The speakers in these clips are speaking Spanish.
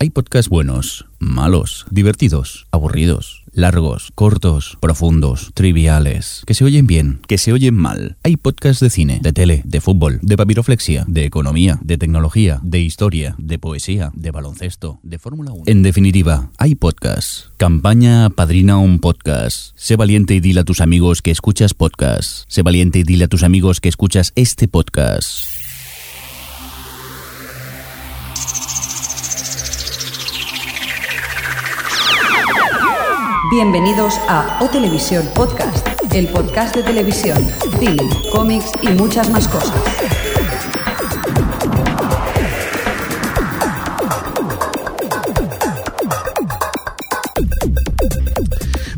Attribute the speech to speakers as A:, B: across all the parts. A: Hay podcasts buenos, malos, divertidos, aburridos, largos, cortos, profundos, triviales, que se oyen bien, que se oyen mal. Hay podcasts de cine, de tele, de fútbol, de papiroflexia, de economía, de tecnología, de historia, de poesía, de baloncesto, de Fórmula 1. En definitiva, hay podcasts. Campaña Padrina un podcast. Sé valiente y dile a tus amigos que escuchas podcasts. Sé valiente y dile a tus amigos que escuchas este podcast.
B: Bienvenidos a O Televisión Podcast, el podcast de televisión, cine, cómics y muchas más cosas.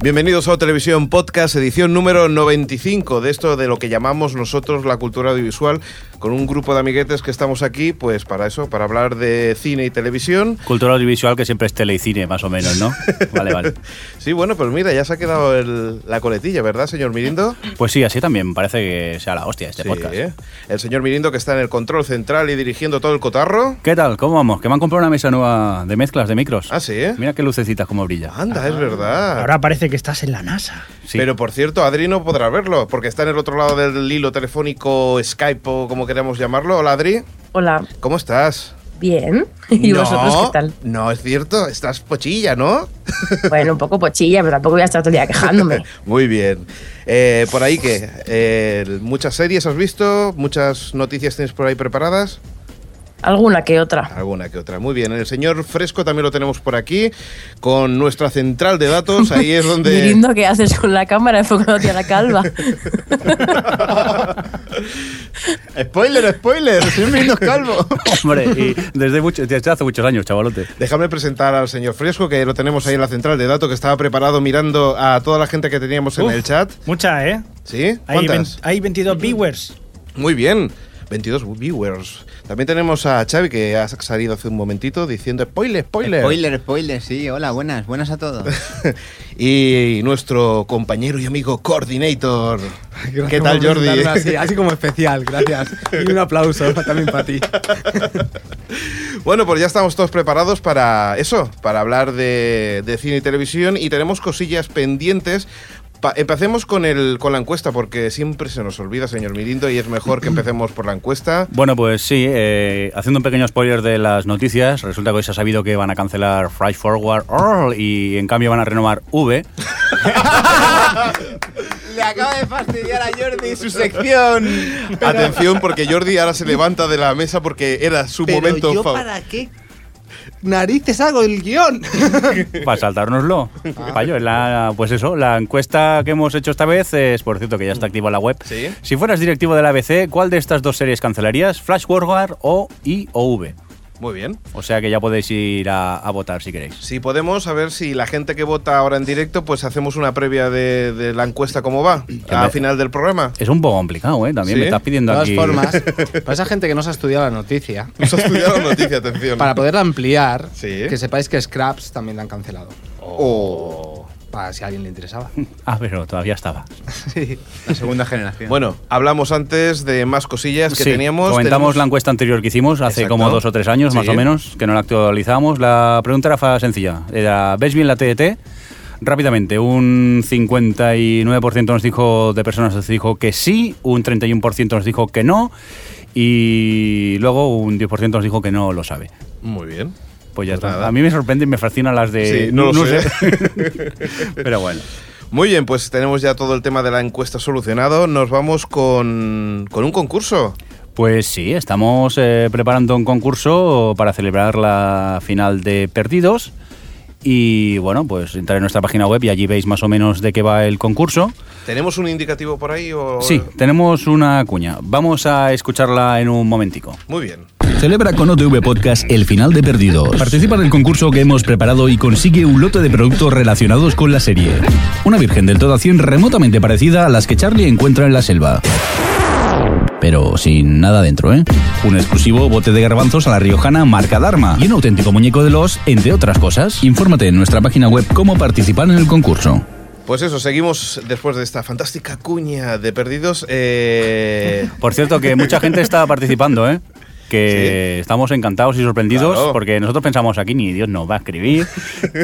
C: Bienvenidos a O Televisión Podcast, edición número 95 de esto de lo que llamamos nosotros la cultura audiovisual, con un grupo de amiguetes que estamos aquí, pues para eso, para hablar de cine y televisión.
D: Cultura audiovisual que siempre es tele y cine, más o menos, ¿no? Vale, vale.
C: Sí, bueno, pues mira, ya se ha quedado el- la coletilla, ¿verdad, señor Mirindo?
D: Pues sí, así también parece que sea la hostia este
C: Sí,
D: podcast.
C: ¿eh? El señor Mirindo que está en el control central y dirigiendo todo el cotarro.
D: ¿Qué tal? ¿Cómo vamos? Que me han comprado una mesa nueva de mezclas de micros.
C: Ah, sí, Ah. ¿eh?
D: Mira qué lucecitas como brilla.
C: Anda, es verdad.
E: Ah, Ahora parece que estás en la NASA.
D: Sí.
C: Pero por cierto, Adri no podrá verlo, porque está en el otro lado del hilo telefónico, Skype o como queramos llamarlo. Hola, Adri.
F: Hola,
C: ¿Cómo estás?
F: bien. ¿Y
C: No,
F: vosotros qué tal?
C: No, es cierto, estás pochilla, ¿no?
F: Bueno, un poco pochilla, pero tampoco voy a estar todo el día quejándome.
C: Muy bien. Eh, por ahí que eh, muchas series has visto, muchas noticias tienes por ahí preparadas,
F: Alguna que otra.
C: alguna que otra. Muy bien. El señor Fresco también lo tenemos por aquí con nuestra central de datos. Ahí es
F: Qué
C: donde
F: lindo que haces con la cámara enfocándote a la calva.
C: spoiler, spoiler. Señor Mirindo es calvo.
D: Hombre, y desde, mucho- desde hace muchos años, chavalote.
C: Déjame presentar al señor Fresco, que lo tenemos ahí en la central de datos, que estaba preparado mirando a toda la gente que teníamos en
E: Uf.
C: el chat.
E: Mucha, ¿eh?
C: ¿Sí?
E: Hay,
C: ¿Cuántas?
E: vein- hay 22 viewers.
C: Muy bien. 22 viewers. También tenemos a Xavi que ha salido hace un momentito diciendo spoiler, spoiler.
G: Spoiler, spoiler, sí. Hola, buenas, buenas a todos.
C: Y nuestro compañero y amigo coordinator. ¿Qué tal, Jordi?
G: Así, así como especial, gracias. Y un aplauso también para ti.
C: Bueno, pues ya estamos todos preparados para eso, para hablar de, de cine y televisión y tenemos cosillas pendientes. Pa- empecemos con, el, con la encuesta, porque siempre se nos olvida, señor Mirindo, y es mejor que empecemos por la encuesta.
D: Bueno, pues sí, eh, haciendo un pequeño spoiler de las noticias, resulta que hoy se ha sabido que van a cancelar Fry Forward Earl y en cambio van a renovar V.
G: Le acaba de fastidiar a Jordi su sección.
C: Atención, porque Jordi ahora se levanta de la mesa porque era su
G: Pero
C: momento
G: yo
C: fa-
G: para qué narices hago el guión.
D: Para saltárnoslo. Payo, la- pues eso, la encuesta que hemos hecho esta vez es, por cierto, que ya está activa la web.
C: Sí.
D: Si fueras directivo del ABC, ¿cuál de estas dos series cancelarías? Flash Forward o I o V.
C: Muy bien.
D: O sea que ya podéis ir a, a votar si queréis.
C: Si podemos, a ver si la gente que vota ahora en directo, pues hacemos una previa de, de la encuesta cómo va al final del programa.
D: Es un poco complicado, ¿eh? También
C: Sí.
D: me estás pidiendo
H: De todas
D: aquí...
H: formas, para esa gente que no se ha estudiado la noticia,
C: Hemos estudiado la noticia, atención.
H: para poderla ampliar,
C: Sí.
H: que sepáis que Scraps también la han cancelado.
C: Oh.
H: Para si a alguien le interesaba.
D: Ah, pero todavía estaba.
G: La segunda generación.
C: Bueno, hablamos antes de más cosillas que
D: Sí,
C: teníamos.
D: Comentamos
C: Tenemos-
D: la encuesta anterior que hicimos hace
C: Exacto.
D: como dos o tres años, más
C: Sí.
D: o menos, que no la actualizamos. La pregunta era fa- sencilla. Era, ¿Ves bien la TDT? Rápidamente, un 59% nos dijo de personas nos dijo que sí, un 31% nos dijo que no y luego un 10% nos dijo que no lo sabe.
C: Muy bien.
D: Pues ya
C: Pues
D: está.
C: nada.
D: A mí me sorprende y me fascinan las de...
C: Sí, no lo sé.
D: Pero bueno.
C: Muy bien, pues tenemos ya todo el tema de la encuesta solucionado. Nos vamos con, con un concurso.
D: Pues sí, estamos eh, preparando un concurso para celebrar la final de Perdidos. Y bueno, pues entrar en nuestra página web y allí veis más o menos de qué va el concurso.
C: ¿Tenemos un indicativo por ahí? O...
D: Sí, tenemos una cuña. Vamos a escucharla en un momentico.
C: Muy bien.
A: Celebra con OTV Podcast el final de Perdidos. Participa del concurso que hemos preparado y consigue un lote de productos relacionados con la serie. Una virgen del todo a 100 remotamente parecida a las que Charlie encuentra en la selva. Pero sin nada dentro, ¿eh? Un exclusivo bote de garbanzos a la riojana marca Dharma y un auténtico muñeco de los, entre otras cosas. Infórmate en nuestra página web cómo participar en el concurso.
C: Pues eso, seguimos después de esta fantástica cuña de perdidos. Eh,
D: Por cierto, que mucha gente está participando, ¿eh? que estamos encantados y sorprendidos
C: Claro.
D: porque nosotros pensamos aquí ni Dios nos va a escribir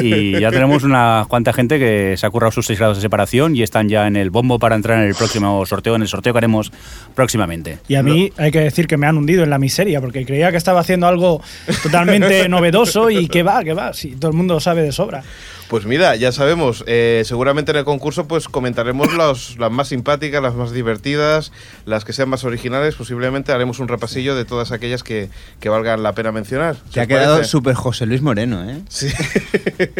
D: y ya tenemos una cuanta gente que se ha currado sus seis grados de separación y están ya en el bombo para entrar en el próximo sorteo, en el sorteo que haremos próximamente.
E: Y a mí hay que decir que me han hundido en la miseria porque creía que estaba haciendo algo totalmente novedoso y que va, que va, si todo el mundo sabe de sobra.
C: Pues mira, ya sabemos, eh, seguramente en el concurso pues comentaremos los- las más simpáticas, las más divertidas, las que sean más originales, posiblemente haremos un repasillo de todas aquellas que, que valgan la pena mencionar. ¿Sí
G: Te ha
C: os
G: quedado
C: parece?
G: súper José Luis Moreno, ¿eh?
C: Sí.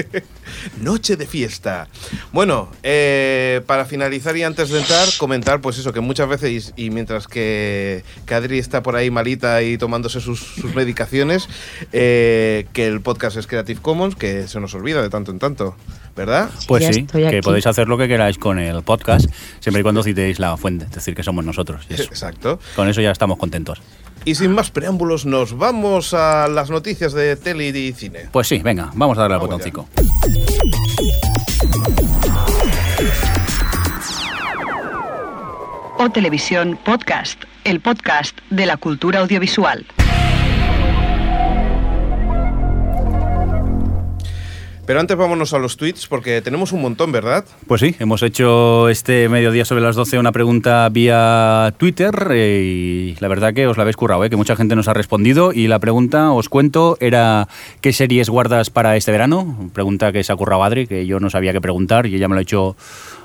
C: Noche de fiesta. Bueno, eh, para finalizar y antes de entrar, comentar pues eso, que muchas veces, y, y mientras que, que Adri está por ahí malita y tomándose sus, sus medicaciones, eh, que el podcast es Creative Commons, que se nos olvida de tanto en tanto, ¿verdad?
D: Pues
F: Ya
D: sí,
F: estoy
D: que
F: aquí.
D: podéis hacer lo que queráis con el podcast, siempre y cuando citéis la fuente, es decir, que somos nosotros. y eso.
C: Exacto.
D: Con eso ya estamos contentos.
C: Y sin más preámbulos, nos vamos a las noticias de tele y cine.
D: Pues sí, venga, vamos a darle al
C: Vamos ya.
D: botoncito.
B: O Televisión Podcast, el podcast de la cultura audiovisual.
C: Pero antes vámonos a los tweets porque tenemos un montón, ¿verdad?
D: Pues sí, hemos hecho este mediodía sobre las 12 una pregunta vía Twitter eh, y la verdad que os la habéis currado, eh, que mucha gente nos ha respondido y la pregunta, os cuento, era ¿qué series guardas para este verano? Pregunta que se ha currado Adri, que yo no sabía qué preguntar y ella me lo ha hecho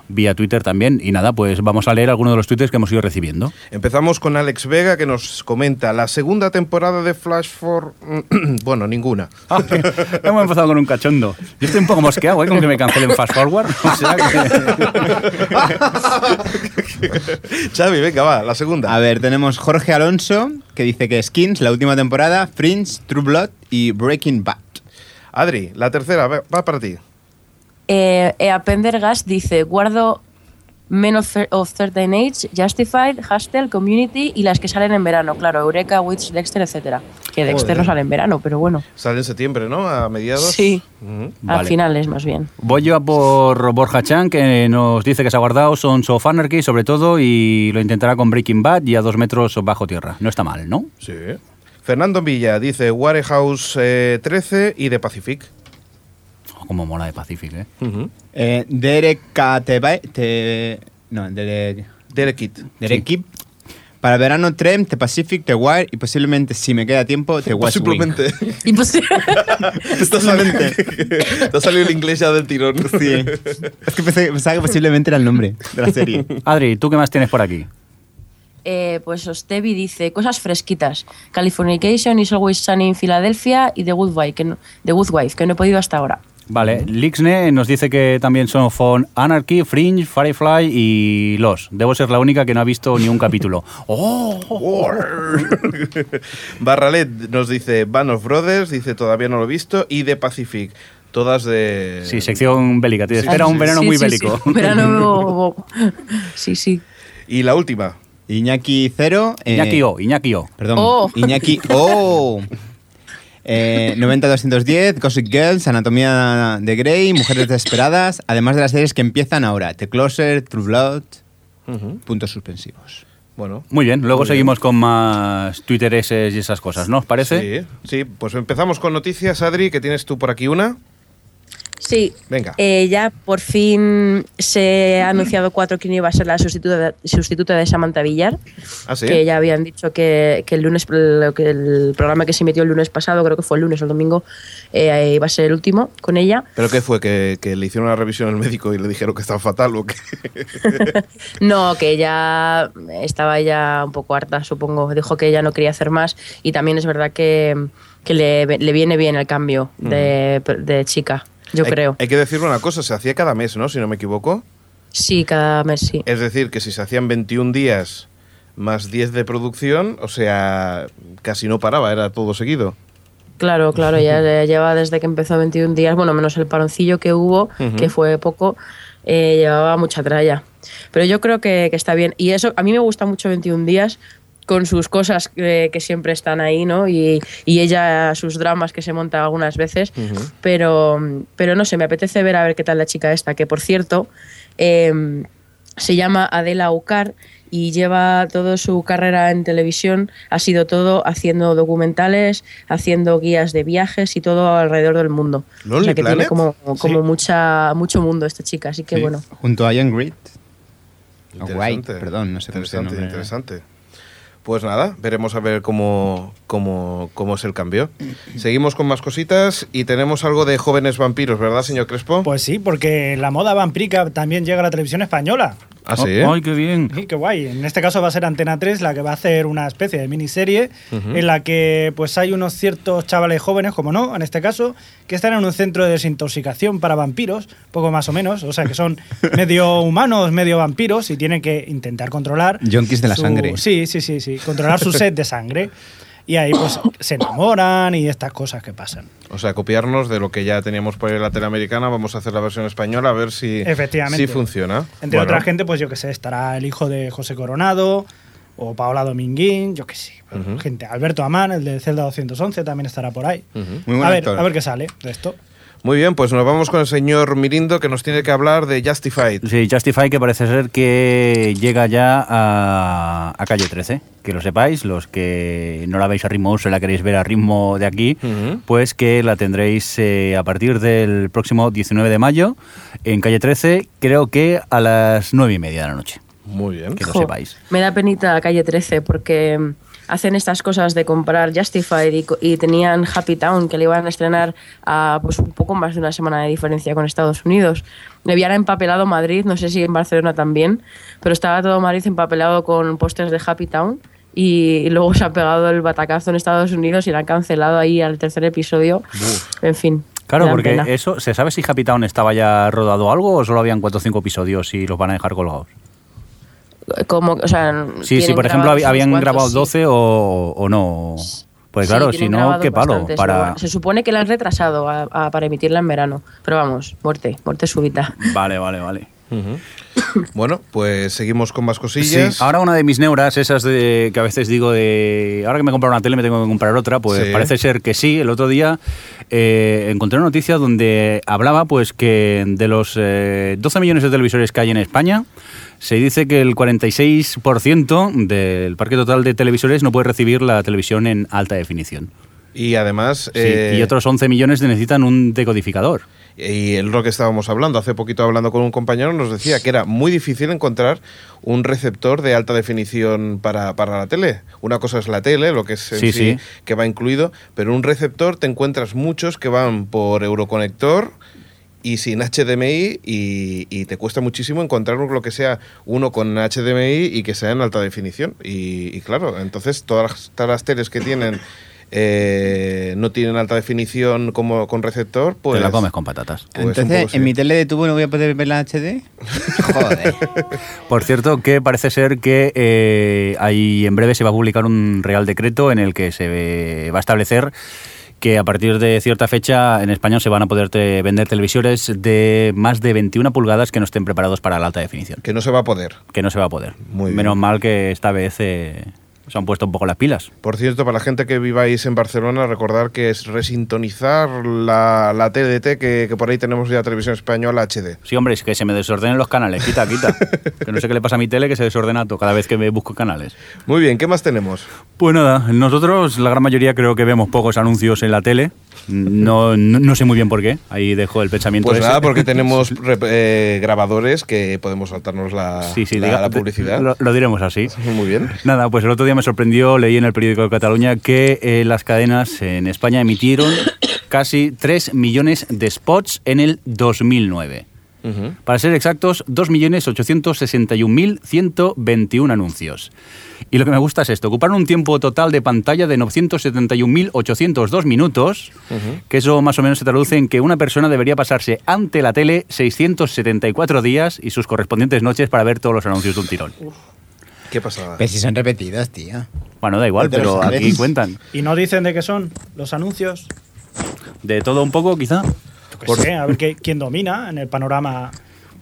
D: vía Twitter también y nada, pues vamos a leer algunos de los tweets que hemos ido recibiendo.
C: Empezamos con Alex Vega que nos comenta la segunda temporada de Flash for bueno, ninguna.
D: Ah, hemos empezado con un cachondo. Yo estoy un poco mosqueado, ¿eh? Con que me cancelen Fast Forward. O sea que...
C: Xavi, venga, va, la segunda.
G: A ver, tenemos Jorge Alonso, que dice que Skins, la última temporada, Fringe, True Blood y Breaking Bad.
C: Adri, la tercera va, va para ti.
F: Eh, eh, a Pendergast dice, guardo Men of, Thir- of Certain Age, Justified, Hostel, Community y las que salen en verano. Claro, Eureka, Witch, Dexter, etcétera. Que Dexter no sale en verano, pero bueno.
C: Sale en septiembre, ¿no? A mediados.
F: Sí.
C: Ujú.
F: A
D: Vale.
F: finales, más bien.
D: Voy yo a por Borja Chan, que nos dice que se ha guardado Sons of Anarchy, sobre todo, y lo intentará con Breaking Bad y a dos metros bajo tierra. No está mal, ¿no?
C: Sí. Fernando Villa dice Warehouse eh, 13 y The Pacific.
D: Oh, como mola de Pacific, ¿eh?
C: Ujú.
G: Eh, Derek Kateba... Te, no, Derek...
C: Derek Kitt.
G: Derek Kip. Para el verano, Trem, The Pacific, The Wire y posiblemente, si me queda tiempo, The West Wing.
C: Simplemente.
F: Y pues,
C: Te ha salido- te ha salido el inglés ya del tirón.
G: Sí. Es que pensé- pensaba que posiblemente era el nombre de la serie.
D: Adri, ¿tú qué más tienes por aquí?
F: eh, pues Ostevi dice, cosas fresquitas. Californication, Is Always Sunny en Filadelfia y The Good Wife, que no, The Good Wife, que no he podido hasta ahora.
D: Vale, Lixne nos dice que también son Fon Anarchy, Fringe, Firefly y Los. Debo ser la única que no ha visto ni un capítulo. ¡Oh!
C: Barralet nos dice Band of Brothers, dice todavía no lo he visto, y The Pacific. Todas de.
D: Sí, sección bélica. Te espera un verano
F: Sí,
D: muy
F: sí,
D: bélico.
F: Sí, un verano... sí, sí.
C: Y la última.
G: Iñaki Cero... eh,
D: Iñaki O, Iñaki O.
G: Perdón.
F: Oh.
G: Iñaki. ¡Oh! Eh, 90-210, Gossip Girls, Anatomía de Grey, Mujeres Desesperadas, además de las series que empiezan ahora: The Closer, True Blood, puntos suspensivos.
C: Bueno.
D: Muy bien, luego seguimos con más twittereses y esas cosas, ¿no os parece?
C: Sí, sí, pues empezamos con noticias, Adri, que tienes tú por aquí una.
F: Sí.
C: Venga.
F: Eh, ya por fin se ha anunciado cuatro quién iba a ser la sustituta de, sustituta de Samantha Villar,
C: Ah, sí.
F: que ya habían dicho que, que el lunes lo que el programa que se emitió el lunes pasado, creo que fue el lunes o el domingo, eh, iba a ser el último con ella.
C: ¿Pero qué fue? ¿Que, que le hicieron una revisión al médico y le dijeron que estaba fatal o qué?
F: No, que ella estaba ya un poco harta, supongo. Dijo que ella no quería hacer más y también es verdad que, que le, le viene bien el cambio de, de chica, yo
C: Hay-
F: creo.
C: Hay que decir una cosa, se hacía cada mes, ¿no? Si no me equivoco.
F: Sí, cada mes sí.
C: Es decir, que si se hacían 21 días más 10 de producción, o sea, casi no paraba, era todo seguido.
F: Claro, claro, ya eh, lleva desde que empezó 21 días, bueno, menos el paroncillo que hubo,
C: Ujú.
F: que fue poco, eh, llevaba mucha tralla. Pero yo creo que, que está bien. Y eso, a mí me gusta mucho 21 días con sus cosas que, que siempre están ahí, ¿no? Y, y ella, sus dramas que se monta algunas veces. pero, pero no sé, me apetece em, ver a ver qué tal la chica esta, que por cierto, eh, se llama Adela Ucar y lleva toda su carrera en televisión, ha sido todo haciendo documentales, haciendo guías de viajes y todo alrededor del mundo.
C: Lonely
F: o sea que
C: Planet.
F: tiene como, como
C: Sí.
F: mucha, mucho mundo esta chica, así que
C: Sí.
F: bueno.
G: Junto a Ian Grid. O White,
C: Interesante.
G: perdón, no sé cómo se
C: Interesante,
G: nombra.
C: interesante. Pues nada, veremos a ver cómo, cómo, cómo es el cambio. Seguimos con más cositas y tenemos algo de jóvenes vampiros, ¿verdad, señor Crespo?
E: Pues sí, porque la moda vampirica también llega a la televisión española.
C: ah, sí, ¿eh?
D: ¡Ay, qué bien!
E: Sí, qué guay. En este caso va a ser Antena 3 la que va a hacer una especie de miniserie en la que pues hay unos ciertos chavales jóvenes, como no, en este caso, que están en un centro de desintoxicación para vampiros, poco más o menos, o sea que son medio humanos, medio vampiros y tienen que intentar controlar
G: Yonkis de la sangre.
E: Sí, sí, sí, sí, controlar su sed de sangre. Y ahí pues se enamoran y estas cosas que pasan.
C: O sea, copiarnos de lo que ya teníamos por ahí en la tele americana, vamos a hacer la versión española a ver si,
E: Efectivamente.
C: si funciona.
E: Entre
C: Bueno,
E: otra gente, pues yo que sé, estará el hijo de José Coronado o Paola Dominguín, yo que sé.
C: Ujú.
E: Gente, Alberto Amán, el de Zelda 211, también estará por ahí.
C: Ujú.
G: Muy buen
E: a, ver,
G: actor.
E: a ver qué sale de esto.
C: Muy bien, pues nos vamos con el señor Mirindo que nos tiene que hablar de Justified.
D: Sí, Justify que parece ser que llega ya a, a calle 13. Que lo sepáis, los que no la veis a ritmo se la queréis ver a ritmo de aquí,
C: Ujú.
D: pues que la tendréis eh, a partir del próximo 19 de mayo en calle 13, creo que a las 9 y media de la noche.
C: Muy bien.
D: Que lo
F: Jo,
D: sepáis.
F: Me da penita calle 13 porque mm, hacen estas cosas de comprar Justified y, co- y tenían Happy Town que le iban a estrenar a pues un poco más de una semana de diferencia con Estados Unidos. Le habían empapelado Madrid, no sé si en Barcelona también, pero estaba todo Madrid empapelado con pósters de Happy Town y, y luego se ha pegado el batacazo en Estados Unidos y la han cancelado ahí al tercer episodio. En fin. me
D: Claro,
F: dan
D: porque
F: pena.
D: eso, ¿se sabe si Happy Town estaba ya rodado algo o solo habían 4 o 5 episodios y los van a dejar colgados?
F: Como, o sea,
D: Sí, sí,
F: tienen
D: por ejemplo,
F: grabados
D: hab-
F: unos
D: habían
F: cuantos,
D: grabado
F: sí.
D: 12 o, o no. Pues
F: Sí,
D: claro, si
F: tienen
D: no,
F: grabados
D: qué palo.
F: bastantes, pero
D: Para...
F: bueno, se supone que la han retrasado a- a- para emitirla en verano. Pero vamos, muerte, muerte súbita.
D: Vale, vale, vale.
C: Bueno, pues seguimos con más
D: Sí,
C: cosillas.
D: ahora una de mis neuras, esas de que a veces digo de ahora que me he comprado una tele me tengo que comprar otra, pues
C: Sí.
D: parece ser que sí. El otro día eh, encontré una noticia donde hablaba pues que de los eh, 12 millones de televisores que hay en España, se dice que el 46% del parque total de televisores no puede recibir la televisión en alta definición.
C: Y además...
D: Sí,
C: eh,
D: y otros 11 millones necesitan un decodificador.
C: Y es lo que estábamos hablando, hace poquito hablando con un compañero, nos decía que era muy difícil encontrar un receptor de alta definición para, para la tele. Una cosa es la tele, lo que es en sí,
D: Sí, sí.
C: que va incluido, pero un receptor te encuentras muchos que van por Euroconector y sin HDMI y, y te cuesta muchísimo encontrar un- lo que sea uno con HDMI y que sea en alta definición. Y, y claro, entonces todas las, todas las teles que tienen... eh, no tienen alta definición como con receptor, pues
D: Te la comes con patatas.
C: Pues un
G: Entonces,
C: poco sí.
G: ¿en mi tele de tubo no voy a poder ver la HD? Joder.
D: Por cierto, que parece ser que eh, ahí en breve se va a publicar un real decreto en el que se ve- va a establecer que a partir de cierta fecha en España se van a poder te- vender televisores de más de 21 pulgadas que no estén preparados para la alta definición.
C: Que no se va a poder.
D: Que no se va a poder.
C: Muy bien.
D: Menos mal que esta vez eh, se han puesto un poco las pilas.
C: Por cierto, para la gente que viváis en Barcelona, recordar que es resintonizar la, la TDT, que, que por ahí tenemos ya televisión española HD.
D: Sí, hombre, es que se me desordenen los canales. Quita, quita. que no sé qué le pasa a mi tele que se desordena todo cada vez que me busco canales.
C: Muy bien, ¿qué más tenemos?
D: Pues nada, nosotros la gran mayoría creo que vemos pocos anuncios en la tele. No, no, no sé muy bien por qué. Ahí dejo el pensamiento.
C: Pues
D: ese.
C: nada, porque tenemos re- eh, grabadores que podemos saltarnos la,
D: Sí, sí,
C: la,
D: diga-
C: la publicidad.
D: Lo, lo diremos así.
C: Muy bien.
D: Nada, pues el otro día me sorprendió, leí en el periódico de Cataluña que eh, las cadenas en España emitieron casi 3 millones de spots en el 2009.
C: Ujú.
D: Para ser exactos, 2.861.121 anuncios. Y lo que me gusta es esto, ocuparon un tiempo total de pantalla de 971.802 minutos, que eso más o menos se traduce en que una persona debería pasarse ante la tele 674 días y sus correspondientes noches para ver todos los anuncios de un tirón.
C: Qué pasada.
G: Pero si son repetidos, tío.
D: Bueno, da igual,
G: De los
D: pero aquí
G: tres.
D: cuentan.
E: ¿Y no dicen de qué son los anuncios?
D: De todo un poco, quizá.
E: Yo qué
C: Por-
E: sé, a ver qué- quién domina en el panorama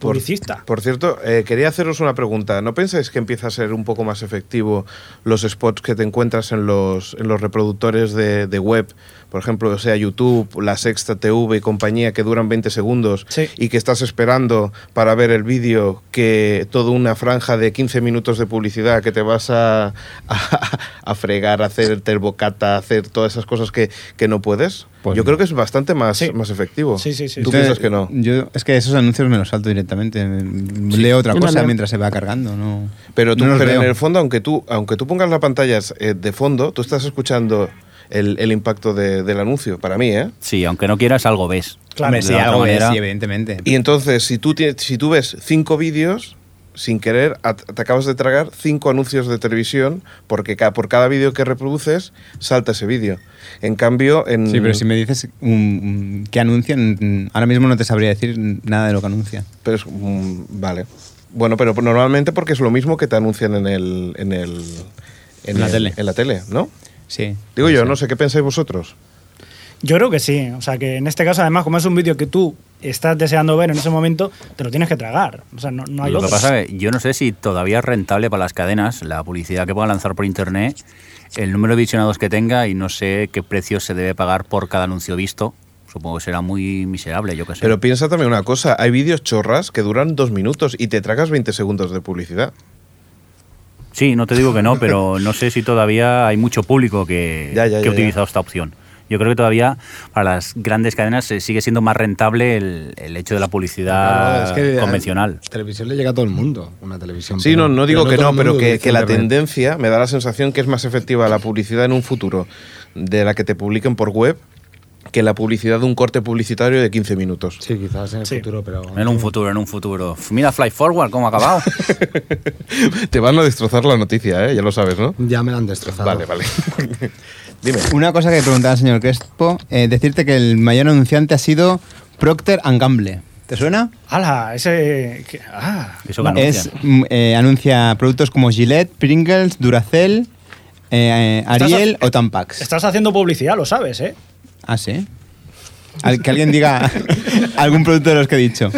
C: Por-
E: publicista.
C: Por cierto, eh, quería haceros una pregunta. ¿No pensáis que empieza a ser un poco más efectivo los spots que te encuentras en los, en los reproductores de, de web por ejemplo, sea YouTube, la Sexta TV y compañía que duran 20 segundos
E: Sí.
C: y que estás esperando para ver el vídeo que toda una franja de 15 minutos de publicidad que te vas a, a, a fregar, a hacerte el bocata, a hacer todas esas cosas que, que no puedes.
G: Pues
C: Yo
G: no.
C: creo que es bastante más,
E: Sí.
C: más efectivo.
E: Sí, sí, sí,
C: ¿Tú
E: sí.
C: piensas que no?
G: Yo, es que esos anuncios me los salto directamente. Leo otra
F: Yo
G: cosa
F: también.
G: mientras se va cargando. No,
C: Pero, tú,
G: no los
C: pero en
G: veo.
C: el fondo, aunque tú, aunque tú pongas las pantallas eh, de fondo, tú estás escuchando el, el impacto de- del anuncio, para mí, ¿eh?
D: Sí, aunque no quieras, algo ves.
E: Claro.
G: Hombre,
D: De
G: sí,
D: otra
G: algo
D: manera.
G: sí, evidentemente.
C: Y entonces, si tú, tienes- si tú ves cinco vídeos, sin querer, at- te acabas de tragar cinco anuncios de televisión, porque ca- por cada vídeo que reproduces, salta ese vídeo. En cambio, en...
G: Sí, pero si me dices mm, mm, qué anuncian, mm, ahora mismo no te sabría decir nada de lo que anuncia.
C: pero es- mm, vale. Bueno, pero normalmente porque es lo mismo que te anuncian en el... En, el, en
G: En la
C: el-
G: tele.
C: En la tele, ¿no?
G: Sí.
C: Digo yo, no sé, ¿qué pensáis vosotros?
E: Yo creo que sí. O sea, que en este caso, además, como es un vídeo que tú estás deseando ver en ese momento, te lo tienes que tragar. O sea, no, no hay
D: Lo que
E: otra.
D: pasa es que yo no sé si todavía es rentable para las cadenas la publicidad que puedan lanzar por internet, el número de visionados que tenga y no sé qué precio se debe pagar por cada anuncio visto. Supongo que será muy miserable, yo qué sé.
C: Pero piensa también una cosa, hay vídeos chorras que duran dos minutos y te tragas 20 segundos de publicidad.
D: Sí, no te digo que no, pero no sé si todavía hay mucho público que,
C: Ya, ya,
D: que
C: ya,
D: ha utilizado esta opción. Yo creo que todavía para las grandes cadenas eh, sigue siendo más rentable el, el hecho de la
C: Ah,
H: Claro,
D: publicidad
H: es
C: eh,
H: que eh, a-
D: convencional.
H: televisión le llega a todo el mundo, una televisión.
C: Sí,
H: pero-
C: no, no digo que
H: todo
C: no,
H: el
C: Mm, pero
H: mundo
C: que,
H: utiliza
C: que la
H: Internet.
C: tendencia me da la sensación que es más efectiva la publicidad en un futuro de la que te publiquen por web que la publicidad de un corte publicitario de 15 minutos.
H: Sí, quizás en el
E: Sí.
H: futuro, pero.
C: eh,
D: En un futuro, en un futuro. Mira Fly Forward, cómo ha acabado.
C: Te van a destrozar la noticia, ¿eh? ya lo sabes, ¿no?
H: Ya me la han destrozado.
C: Vale, vale. Dime.
G: Una cosa que preguntaba el señor Crespo, eh, decirte que el mayor anunciante ha sido Procter and Gamble. ¿Te suena?
E: ¡Hala! Ese. que- ¡Ah!
D: Eso que
G: Es,
D: anuncian.
G: mm, eh, anuncia productos como Gillette, Pringles, Duracell, eh, eh,
E: Estás
G: Ariel
E: a-
G: o Tampax.
E: Estás haciendo publicidad, lo sabes, ¿eh?
G: Ah, sí. Al- que alguien diga algún producto de los que he dicho. y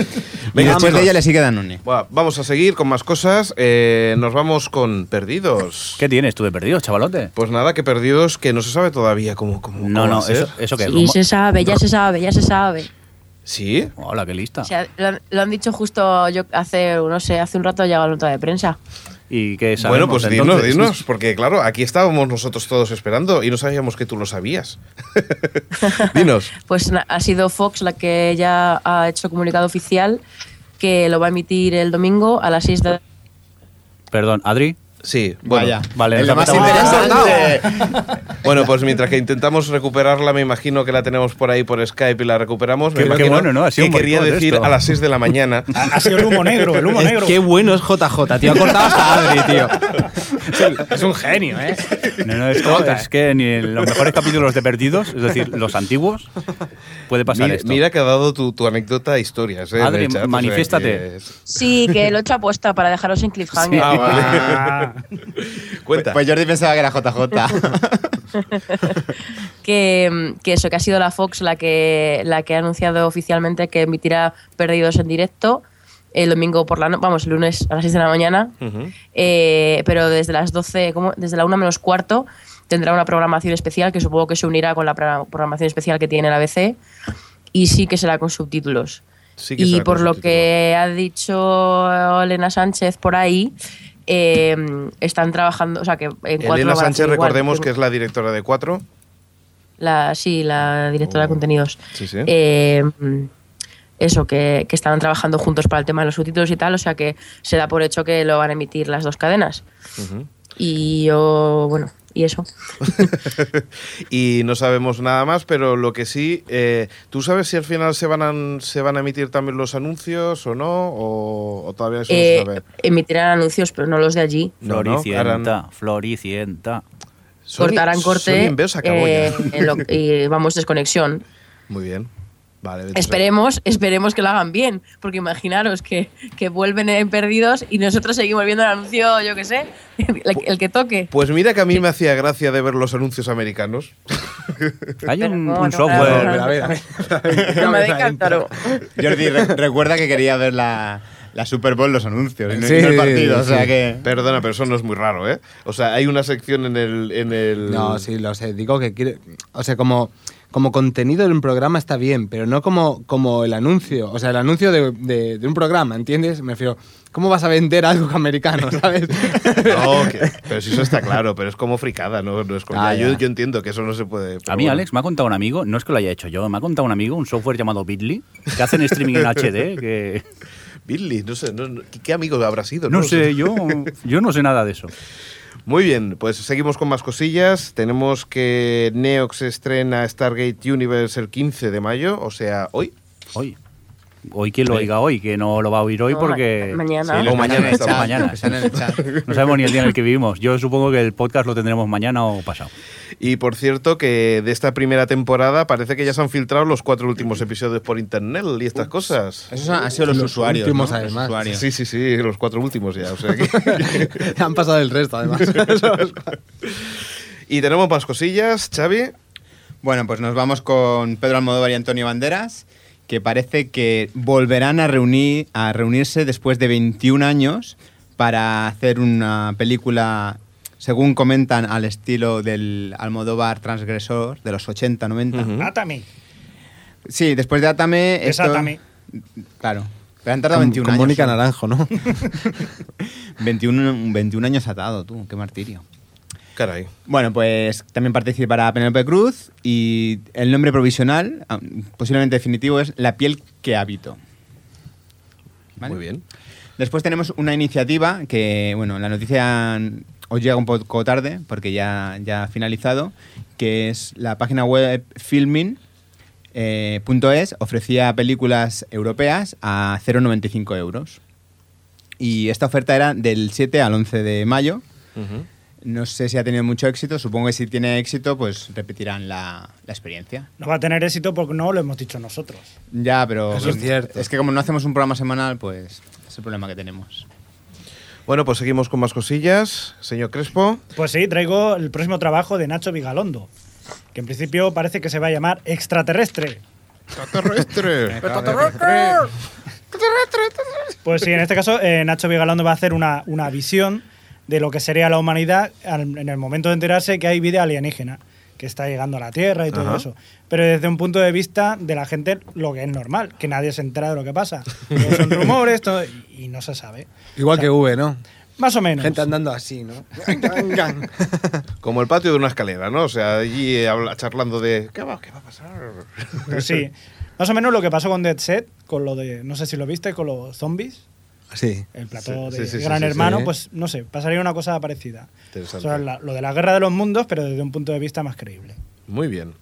C: Venga,
G: después
C: chicos.
G: de ella le sigue Danone.
C: Buah, vamos a seguir con más cosas. Eh, nos vamos con Perdidos.
D: ¿Qué tienes tú de perdido, chavalote?
C: Pues nada, que Perdidos, que no se sabe todavía cómo... cómo
D: No,
C: cómo va
D: no,
C: a ser.
D: eso, eh, eso que es.
F: Y
D: rumor-
F: se sabe, ya se sabe, ya se sabe.
C: ¿Sí?
D: Hola, qué lista.
F: O sea, lo, han- lo han dicho justo yo hace, no sé, hace un rato ha llegado la nota de prensa.
D: ¿Y qué
C: Bueno,
D: sabemos,
C: pues dinos,
D: entonces?
C: dinos, porque claro, aquí estábamos nosotros todos esperando y no sabíamos que tú lo sabías. dinos.
F: Pues na- ha sido Fox la que ya ha hecho comunicado oficial que lo va a emitir el domingo a las 6 de
D: Perdón, Adri.
C: Sí, bueno.
G: Vaya.
D: Vale, nos
G: Es lo más
D: apuntamos.
G: interesante.
C: Bueno, pues mientras que intentamos recuperarla, me imagino que la tenemos por ahí por Skype y la recuperamos. Me
D: Qué- qué
C: imagino
D: bueno, ¿no? Ha sido
C: que
D: un
C: quería
D: boicot
C: decir
D: esto.
C: a las 6 de la mañana.
E: Ha sido el humo negro, el humo negro.
H: Qué bueno es JJ, tío. Ha cortado hasta Adri, tío.
E: Es un genio, ¿eh?
D: No, no, esto
H: Jota.
D: es que ni en los mejores capítulos de Perdidos, es decir, los antiguos, puede pasar
C: mira,
D: esto.
C: mira que ha dado tu, tu anécdota a historias. ¿eh? en
D: Adri,
C: el chat, o sea
D: manifiéstate.
C: que es-
F: Sí, que lo he hecho apuesta para dejaros en cliffhanger.
C: Ah, vale.
E: Ah,
C: Cuenta.
G: Pues Jordi pensaba que era JJ.
F: que, mm, que eso, que ha sido la Fox la que, la que ha anunciado oficialmente que emitirá Perdidos en directo eh, el domingo por la noche, vamos, el lunes a las 6 de la mañana,
C: Ujú.
F: Eh, pero desde las 12, ¿cómo? desde la 1 menos cuarto tendrá una programación especial que supongo que se unirá con la pra- programación especial que tiene la ABC y sí que será con subtítulos.
C: Sí que
F: Y
C: será
F: por
C: con
F: lo
C: subtítulo.
F: que ha dicho eh, Elena Sánchez por ahí, eh, están trabajando, o sea que en cuatro lo
C: Elena
F: van a
C: Sánchez,
F: hacer igual,
C: recordemos que
F: porque-
C: es la directora de Cuatro.
F: la, sí, la directora
C: Oh.
F: de contenidos.
C: Sí, sí.
F: Eh, mm, eso, que, que estaban trabajando juntos para el tema de los subtítulos y tal, o sea que se da por hecho que lo van a emitir las dos cadenas.
C: Ujú.
F: Y yo, bueno, y eso.
C: y no sabemos nada más, pero lo que sí, eh, ¿tú sabes si al final se van a, se van a emitir también los anuncios o no? ¿O, o todavía eso no se
F: Eh,
C: sabe?
F: emitirán anuncios, pero no los de allí.
C: No, no,
D: Floricienta,
C: harán-
D: floricienta.
C: Sony-
F: Cortarán corte
C: Sony en Veos acabó
F: eh,
C: ya.
F: en lo- y vamos desconexión.
C: Muy bien. Vale, entonces-
F: Esperemos, esperemos que lo hagan bien, porque imaginaros que, que vuelven en perdidos y nosotros seguimos viendo el anuncio, yo qué sé, el- el que toque.
C: Pues mira que a mí me hacía gracia de ver los anuncios americanos.
D: Hay
F: Pero
D: un,
F: no,
D: un
F: no,
D: software.
F: no,
H: A ver, a ver. a
F: me
H: ver.
F: decantaron.
G: Jordi re- recuerda que quería ver la, la Super Bowl, los anuncios, y no, y
H: Sí,
G: no el partido. O
H: sí.
G: sea que.
C: Perdona, pero eso no es muy raro, ¿eh? O sea, hay una sección en el... En el
H: No, sí, lo sé. Digo que quiere. O sea, como como contenido de un programa está bien, pero no como, como el anuncio, o sea, el anuncio de, de- de un programa, ¿entiendes? Me refiero, ¿cómo vas a vender algo americano, sabes?
C: No, que- pero si eso está claro, pero es como fricada, no, no es coña.
H: Ah,
C: yo,
H: ya.
C: yo entiendo que eso no se puede. pero
D: A mí,
C: bueno.
D: Alex, me ha contado un amigo, no es que lo haya hecho yo, me ha contado un amigo un software llamado Bitly que hacen streaming en HD. Que
C: Billy, no sé, no- no- ¿qué- ¿qué amigo habrá sido?
D: no sé, yo, yo no sé nada de eso.
C: Muy bien, pues seguimos con más cosillas. Tenemos que Neox estrena Stargate Universe el 15 de mayo, o sea, hoy.
D: Hoy, hoy quien lo oiga hoy, que no lo va a oír hoy
F: No, ma-
D: porque
F: mañana.
C: Sí, lo- O mañana,
G: Están en el
D: mañana.
G: chat, están en el chat.
D: no sabemos ni el día en el que vivimos. Yo supongo que el podcast lo tendremos mañana o pasado.
C: Y por cierto, que de esta primera temporada parece que ya se han filtrado los cuatro últimos episodios por internet y estas cosas.
G: Esos han, han sido los,
H: Los
G: usuarios.
H: últimos,
G: ¿no?
H: además.
G: Los usuarios.
C: Sí, sí, sí, los cuatro últimos ya. O sea que...
H: Han pasado el resto, además.
C: y tenemos más cosillas, Xavi.
G: Bueno, pues nos vamos con Pedro Almodóvar y Antonio Banderas, que parece que volverán a, reunir, a reunirse después de 21 años para hacer una película, según comentan, al estilo del Almodóvar transgresor de los 80, 90.
C: Ujú.
E: Atami.
G: Sí, después de Atame...
E: Es
G: esto-
E: Atami.
G: Claro. Pero han tardado 21
H: con
G: años. ¿eh?
H: Mónica Naranjo, ¿no?
G: 21, 21 años atado, tú, qué martirio.
C: Caray.
G: Bueno, pues también participará Penélope Cruz y el nombre provisional, ah, posiblemente definitivo, es La piel que habito. ¿Vale?
C: Muy bien.
G: Después tenemos una iniciativa que, bueno, la noticia mm, os llega un poco tarde porque ya, ya ha finalizado, que es la página web filmin.es ofrecía películas europeas a 0,95 euros. Y esta oferta era del 7 al 11 de mayo.
C: Ujú.
G: No sé si ha tenido mucho éxito. Supongo que si tiene éxito, pues repetirán la, la experiencia.
E: No va a tener éxito porque no lo hemos dicho nosotros.
G: Ya, pero.
H: Eso es cierto.
G: Es que como no hacemos un programa semanal, pues es el problema que tenemos.
C: Bueno, pues seguimos con más cosillas. Señor Crespo.
E: Pues sí, traigo el próximo trabajo de Nacho Vigalondo, que en principio parece que se va a llamar Extraterrestre.
C: ¡Extraterrestre!
E: Pues sí, en este caso eh, Nacho Vigalondo va a hacer una, una visión de lo que sería la humanidad al- en el momento de enterarse que hay vida alienígena, que está llegando a la Tierra y todo
C: Ajá.
E: eso. Pero desde un punto de vista de la gente, lo que es normal, que nadie se entera de lo que pasa. Todo son rumores todo- y no se sabe.
H: Igual que V, ¿no?
E: Más o menos.
H: Gente andando así, ¿no? Venga,
C: Como el patio de una escalera, ¿no? O sea, allí eh, habla- charlando de. ¿Qué va, qué va a pasar?
E: Pues sí. Más o menos lo que pasó con Dead Set, con lo de, no sé si lo viste, con los zombies.
H: Sí.
E: el plató
C: Sí,
E: de
C: sí, sí,
E: Gran
C: sí, sí,
E: Hermano,
H: sí.
E: pues no sé, pasaría una cosa parecida.
C: Interesante.
E: O sea, la- lo de la guerra de los mundos, pero desde un punto de vista más creíble.
C: Muy bien.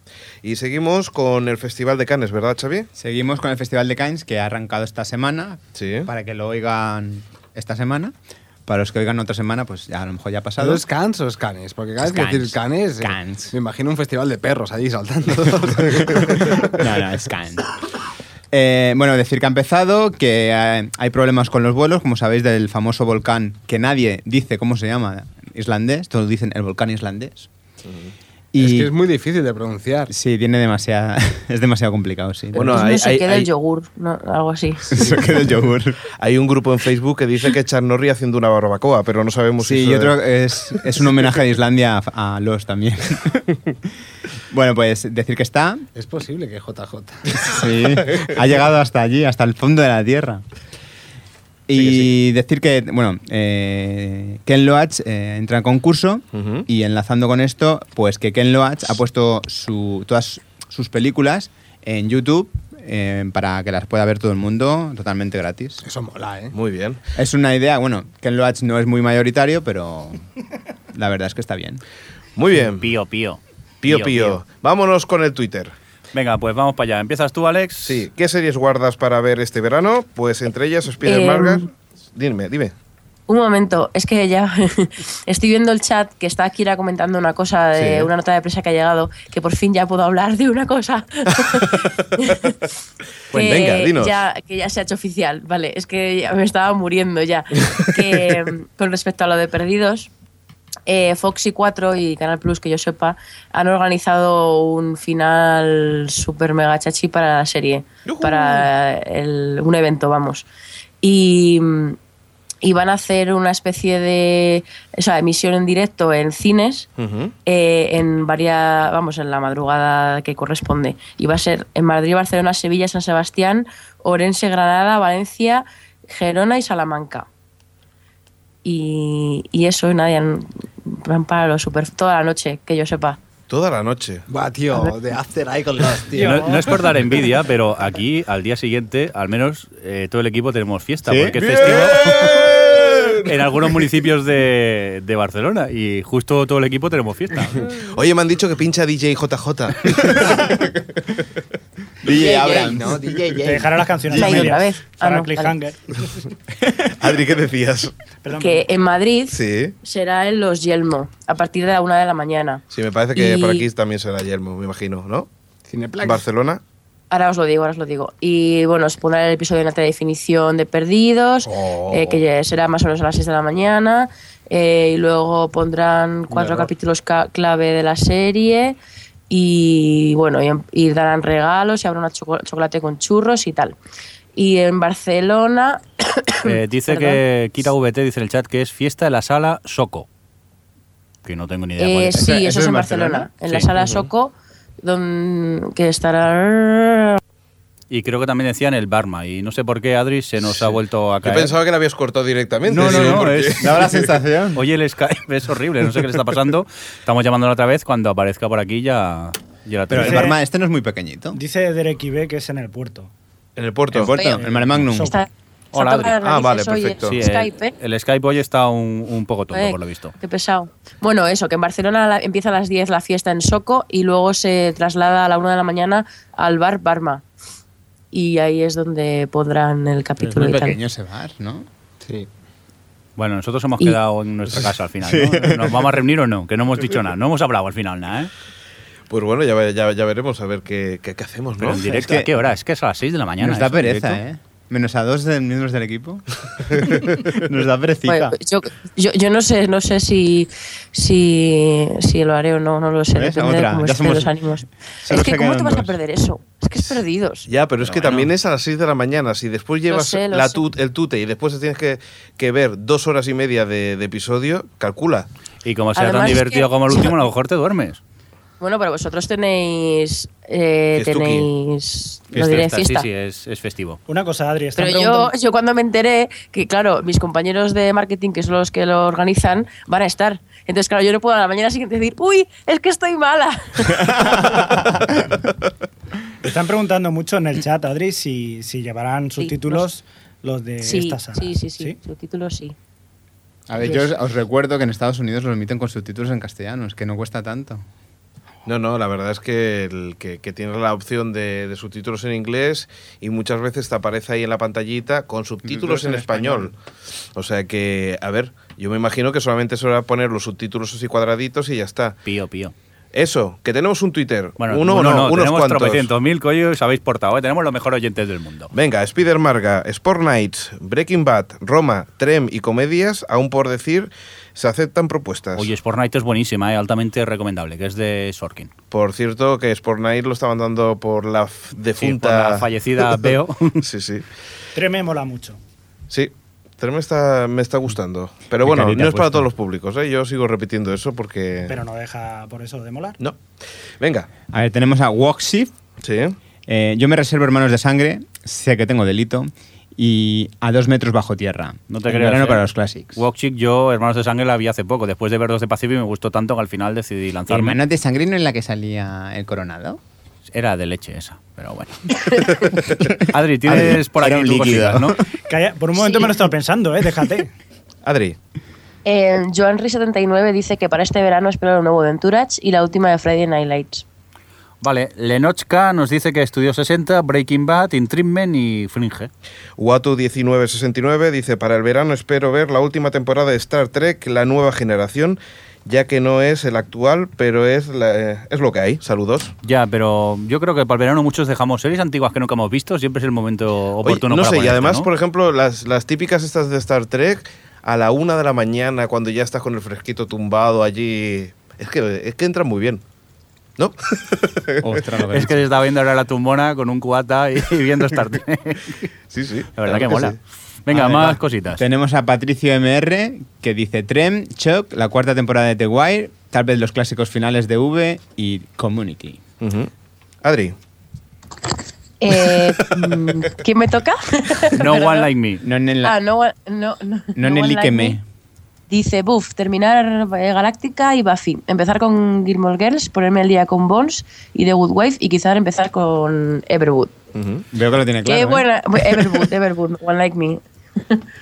C: Y seguimos con el Festival de Cannes, ¿verdad, Xavi?
G: Seguimos con el Festival de Cannes que ha arrancado esta semana.
C: Sí.
G: Para que lo oigan esta semana. Para los que oigan otra semana, pues ya, a lo mejor ya ha pasado.
H: ¿Pero es Cannes o es Canes? Porque cada vez
G: Es
H: que decir Canes,
G: Cannes.
H: eh,
G: Cannes.
H: me imagino un festival de perros allí saltando.
G: no, no, es Cannes. Eh, bueno, decir que ha empezado, que eh, hay problemas con los vuelos, como sabéis, del famoso volcán que nadie dice cómo se llama, islandés, todos dicen el volcán islandés. Y
H: Es que es muy difícil de pronunciar.
G: Sí, tiene demasiada. es demasiado complicado, sí.
C: Bueno,
F: no
C: hay-
F: se
C: hay-
F: queda
C: hay-
F: el yogur, no, algo así.
G: Eso que del yogur.
C: Hay un grupo en Facebook que dice que Charnorri haciendo una barbacoa, pero no sabemos si.
G: Sí,
C: eso
G: yo creo
C: es-
G: que es, es un homenaje de Islandia a, a los también. bueno, pues decir que está.
H: Es posible que JJ.
G: Sí. Ha llegado hasta allí, hasta el fondo de la tierra. Y
C: Sí,
G: decir que, bueno, eh, Ken Loach eh, entra en concurso
C: Ujú.
G: y enlazando con esto, pues que Ken Loach ha puesto su- todas sus películas en YouTube eh, para que las pueda ver todo el mundo totalmente gratis.
H: Eso mola, ¿eh?
C: Muy bien.
G: Es una idea, bueno, Ken Loach no es muy mayoritario, pero la verdad es que está bien.
C: Muy bien. Pío,
D: Pío, pío.
C: pío. Vámonos con el Twitter.
D: Venga, pues vamos para allá. ¿Empiezas tú, Alex?
C: Sí. ¿Qué series guardas para ver este verano? Pues entre ellas Spider
F: Em.
C: Margas. Dime, dime.
F: Un momento, es que ya estoy viendo el chat que está Kira comentando una cosa de
C: Sí.
F: una nota de prensa que ha llegado, que por fin ya puedo hablar de una cosa.
C: Pues venga, dinos.
F: Ya, que ya se ha hecho oficial, vale, es que ya me estaba muriendo ya. Que, mm, con respecto a lo de perdidos, eh, Foxy 4 y Canal Plus, que yo sepa, han organizado un final super mega chachi para la serie, para el- un evento, vamos. Y mm, y van a hacer una especie de o sea, emisión en directo en cines
C: Ujú.
F: eh, en varias, vamos, en la madrugada que corresponde. Y va a ser en Madrid, Barcelona, Sevilla, San Sebastián, Orense, Granada, Valencia, Gerona y Salamanca. Y, y eso, nadie van para los super toda la noche, que yo sepa.
C: Toda la noche.
H: Buah, tío, de After Eye con los, tío.
D: No, no es por dar envidia, pero aquí al día siguiente, al menos eh, todo el equipo tenemos fiesta,
G: ¿Sí?
D: porque es festivo en algunos municipios de, de Barcelona y justo todo el equipo tenemos fiesta.
C: Oye, me han dicho que pincha DJ JJ.
G: DJ Abrams.
H: ¿no? DJ
E: Te dejará las canciones
F: La
E: a
F: he ido
E: medias.
F: otra vez. Ah,
E: Para
F: no,
E: Cliffhanger.
C: Adri, ¿qué decías?
E: Perdón.
F: Que en Madrid
C: Sí.
F: será en Los Yelmo, a partir de la una de la mañana.
C: Sí, me parece que
F: Y-
C: por aquí también será Yelmo, me imagino, ¿no?
H: Cineplex.
C: Barcelona.
F: Ahora os lo digo, ahora os lo digo. Y bueno, os pondré el episodio en alta definición de Perdidos,
C: Oh.
F: eh, que ya será más o menos a las 6 de la mañana. eh, y luego pondrán cuatro
H: error.
F: capítulos ca- clave de la serie. Y bueno, y, em, y darán regalos y habrá un chocolate con churros y tal. Y en Barcelona.
D: Eh, dice
F: Perdón.
D: que Kira VT dice en el chat que es fiesta en la sala Soco. Que no tengo ni idea. cuál
F: eh,
D: pues, es.
F: sí,
G: ¿Eso
F: eso, es en Barcelona, en la
D: Sí.
F: sala Soco, don- que estará.
D: Y creo que también decían el Barma. Y no sé por qué Adri se nos ha vuelto a
C: Yo
D: caer.
C: pensaba que la habías cortado directamente.
D: No, no,
C: digo,
D: no,
C: porque-
D: es-
G: Daba la sensación.
D: Oye, el Skype es horrible, no sé qué le está pasando. Estamos llamándolo otra vez, cuando aparezca por aquí ya, ya la
G: Pero
D: tenemos.
G: el
E: bar-
G: barman este no es muy pequeñito.
E: Dice Derek Ibe que es en el puerto.
C: En el puerto.
G: El puerto, el Mare Magnum.
E: Soco.
F: Está, está
D: Hola,
F: tocando
C: Adri.
F: las
C: Ah, vale,
F: narices hoy,
C: perfecto.
D: Sí,
F: eh, Skype, ¿eh?
D: el, el Skype hoy está un, un poco tonto,
F: Eh,
D: por lo visto.
F: Qué pesado. Bueno, eso, que en Barcelona la- empieza a las 10 la fiesta en Soco y luego se traslada a la 1 de la mañana al bar Barma. Y ahí es donde pondrán el
G: Pero es
F: capítulo
G: muy
F: y tal.
G: pequeño ese bar, ¿no?
H: Sí.
D: Bueno, nosotros hemos
F: Y-
D: quedado en nuestra casa al final. ¿no? ¿Nos vamos a reunir o no? Que no hemos dicho nada, no hemos hablado al final nada, ¿eh?
C: Pues bueno, ya, ve- ya- ya veremos a ver qué, qué- qué hacemos,
D: Pero
C: ¿no?
D: en directo,
G: Es que-
D: ¿a qué hora? Es que es a las 6 de la mañana.
G: Nos da
D: ¿eso en
G: pereza,
D: directo?
G: ¿eh? Menos a dos de miembros del equipo. Nos da perecita.
F: Bueno, yo, yo, yo no sé, no sé si, si, si lo haré o no, no lo sé.
G: ¿Ves?
F: Depende de
G: Otra,
F: cómo
G: ya
F: estén
G: somos-
F: los ánimos.
G: solo
F: Es que,
G: se
F: ¿cómo
G: quedan
F: te vas a
G: dos.
F: perder eso? Es que es perdidos.
C: Ya, pero es que también es a las 6 de la mañana. Si después llevas
F: sé, lo
C: la
F: sé.
C: tut- el tute y después tienes que, que ver dos horas y media de, de episodio, calcula.
D: Y como sea tan
F: Además es
D: divertido
F: que-
D: como el último, a lo mejor te duermes.
F: Bueno, pero vosotros tenéis. Eh,
C: Fiestuki.
F: tenéis. Lo
D: Fiesta,
F: diré,
D: está-
F: fiesta.
D: Este, Sí, sí, es, es festivo.
E: Una cosa, Adri, están
F: Pero yo,
E: preguntando-
F: yo cuando me enteré que, claro, mis compañeros de marketing, que son los que lo organizan, van a estar. Entonces, claro, yo no puedo a la mañana siguiente decir, uy, es que estoy mala.
E: están preguntando mucho en el chat, Adri, si, si llevarán subtítulos los de
F: sí,
E: esta sala.
F: sí, sí, sí, subtítulos sí.
G: A ver, yo os, os recuerdo que en Estados Unidos lo emiten con subtítulos en castellano, es que no cuesta tanto.
C: No, no, la verdad es que, el- que, que tienes la opción de, de subtítulos en inglés y muchas veces te aparece ahí en la pantallita con subtítulos
G: Subtítulos
C: en,
G: en
C: español. O sea que, a ver, yo me imagino que solamente será poner los subtítulos así cuadraditos y ya está.
D: Pío, pío.
C: Eso, que tenemos un Twitter.
D: Bueno,
C: uno,
D: uno
C: no, unos
D: tenemos
C: cuantos.
D: 300.000 que hoy os habéis portado, ¿eh? tenemos los mejores oyentes del mundo.
C: Venga, Spider Marga, Sport Nights, Breaking Bad, Roma, Trem y comedias, aún por decir, se aceptan propuestas.
D: Oye, Sport Night es buenísima, ¿eh? altamente recomendable, que es de Sorkin.
C: Por cierto, que Sport Night lo estaban dando por la f-
D: Sí, por
C: defunta.
D: la fallecida Veo.
C: sí, sí.
E: Treme mola mucho.
C: Sí, Trem está, me está gustando. Pero
G: Qué
C: bueno, no es
G: carita
C: para
G: puesta.
C: todos los públicos, ¿eh? Yo sigo repitiendo eso porque.
E: Pero no deja por eso de molar.
C: No. Venga,
G: A ver, tenemos a Walkshift,
C: sí.
G: eh, Yo me reservo hermanos de sangre, sé que tengo delito, y a dos metros bajo tierra.
D: No te
G: El
D: creas.
G: verano
D: ¿eh?
G: para los clásicos.
D: Walk Chick, yo, Hermanos de Sangre, la vi hace poco. Después de ver dos de Pacífico, me gustó tanto que al final decidí lanzarme.
G: Hermanos de sangre no es la que salía el coronado.
D: Era de leche esa, pero bueno. Adri, tienes
G: Adri,
D: por aquí
G: era un
D: tus
G: líquido.
D: cositas, ¿no?
E: Calla, por un momento
F: Sí.
E: me lo he estado pensando, ¿eh? Déjate.
C: Adri.
F: Eh, Joanry79 dice que para este verano espero lo nuevo de Entourage y la última de Friday Night Lights.
D: Vale, Lenochka nos dice que estudió 60, Breaking Bad, In Treatment y Fringe.
C: Watu1969 dice: Para el verano espero ver la última temporada de Star Trek, la nueva generación, ya que no es el actual, pero es, la- eh, es lo que hay. Saludos.
D: Ya, pero yo creo que para el verano muchos dejamos series antiguas que nunca hemos visto. Siempre es el momento
C: Oye,
D: oportuno
C: no
D: para
C: sé, y
D: ponerte,
C: además,
D: ¿no?
C: por ejemplo, las, las típicas estas de Star Trek, a la una de la mañana, cuando ya estás con el fresquito tumbado allí. Es que, es que entra muy bien. ¿No?
G: Ostras, lo que
D: Es que se está viendo ahora la tumbona con un cubata y, y viendo Star Trek.
C: sí, sí.
D: La verdad
C: claro
D: que mola.
C: sí.
D: Venga,
G: A ver,
D: más
G: va.
D: cositas.
G: Tenemos a Patricio MR que dice Trem, Chuck, la cuarta temporada de The Wire, tal vez los clásicos finales de V y Community.
C: Ujú. Adri.
F: Eh, mm, ¿Quién me toca?
D: No
F: Perdón.
D: one like me.
G: No en el,
F: Ah, no, one- no, no,
G: no en
F: no
G: el
F: one like
G: Ikeme.
F: me. Dice, buf, terminar eh, Galáctica y Buffy. Empezar con Gilmore Girls, ponerme el día con Bones y The Good Wife y quizás empezar con Everwood.
C: Ujú.
G: Veo que lo tiene claro.
F: Qué
G: ¿eh?
F: buena. Everwood, Everwood, One Like Me.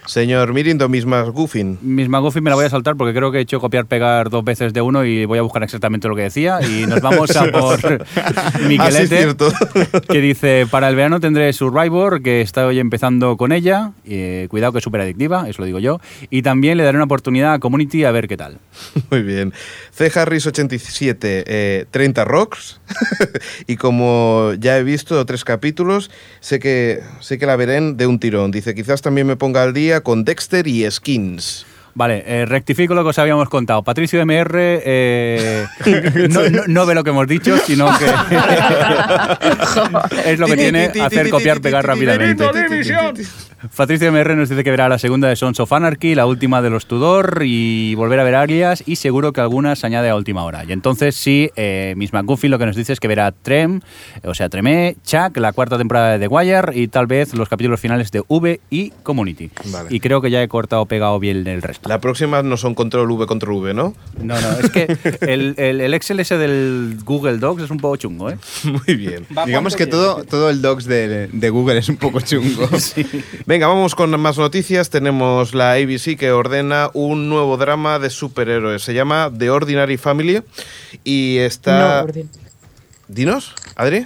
C: Señor Mirindo, mismas Goofin.
D: Mis McGuffin me la voy a saltar porque creo que he hecho copiar, pegar dos veces de uno y voy a buscar exactamente lo que decía. Y nos vamos a por
C: Ah, sí, es
D: Miquelete,
C: cierto.
D: que dice: Para el verano tendré Survivor, que estoy empezando con ella. Eh, cuidado que es súper adictiva, eso lo digo yo. Y también le daré una oportunidad a Community a ver qué tal.
C: Muy bien. C. Harris 87, eh, 30 rocks. y como ya he visto tres capítulos, sé que, sé que la veré de un tirón. Dice, quizás también me ponga al día con Dexter y Skins.
D: Vale, eh, rectifico lo que os habíamos contado. Patricio MR eh, no, no- no ve lo que hemos dicho, sino que es lo que tiene hacer copiar, pegar rápidamente. Patricio MR nos dice que verá la segunda de Sons of Anarchy, la última de los Tudor y volver a ver Arias y seguro que algunas añade a última hora. Y entonces sí, eh, Miss McGuffy lo que nos dice es que verá Trem, o sea, Tremé, Chuck, la cuarta temporada de The Wire y tal vez los capítulos finales de V y Community.
C: Vale.
D: Y creo que ya he cortado pegado bien el resto.
C: La próxima no son control V, control V, ¿no?
D: No, no, es que el, el, el Excel ese del Google Docs es un poco chungo, ¿eh?
C: Muy bien.
G: Digamos que todo, todo el docs de, de Google es un poco chungo.
C: Venga, vamos con más noticias. Tenemos la ABC que ordena un nuevo drama de superhéroes. Se llama The Ordinary Family y está...
F: No, orden-
C: Dinos, Adri.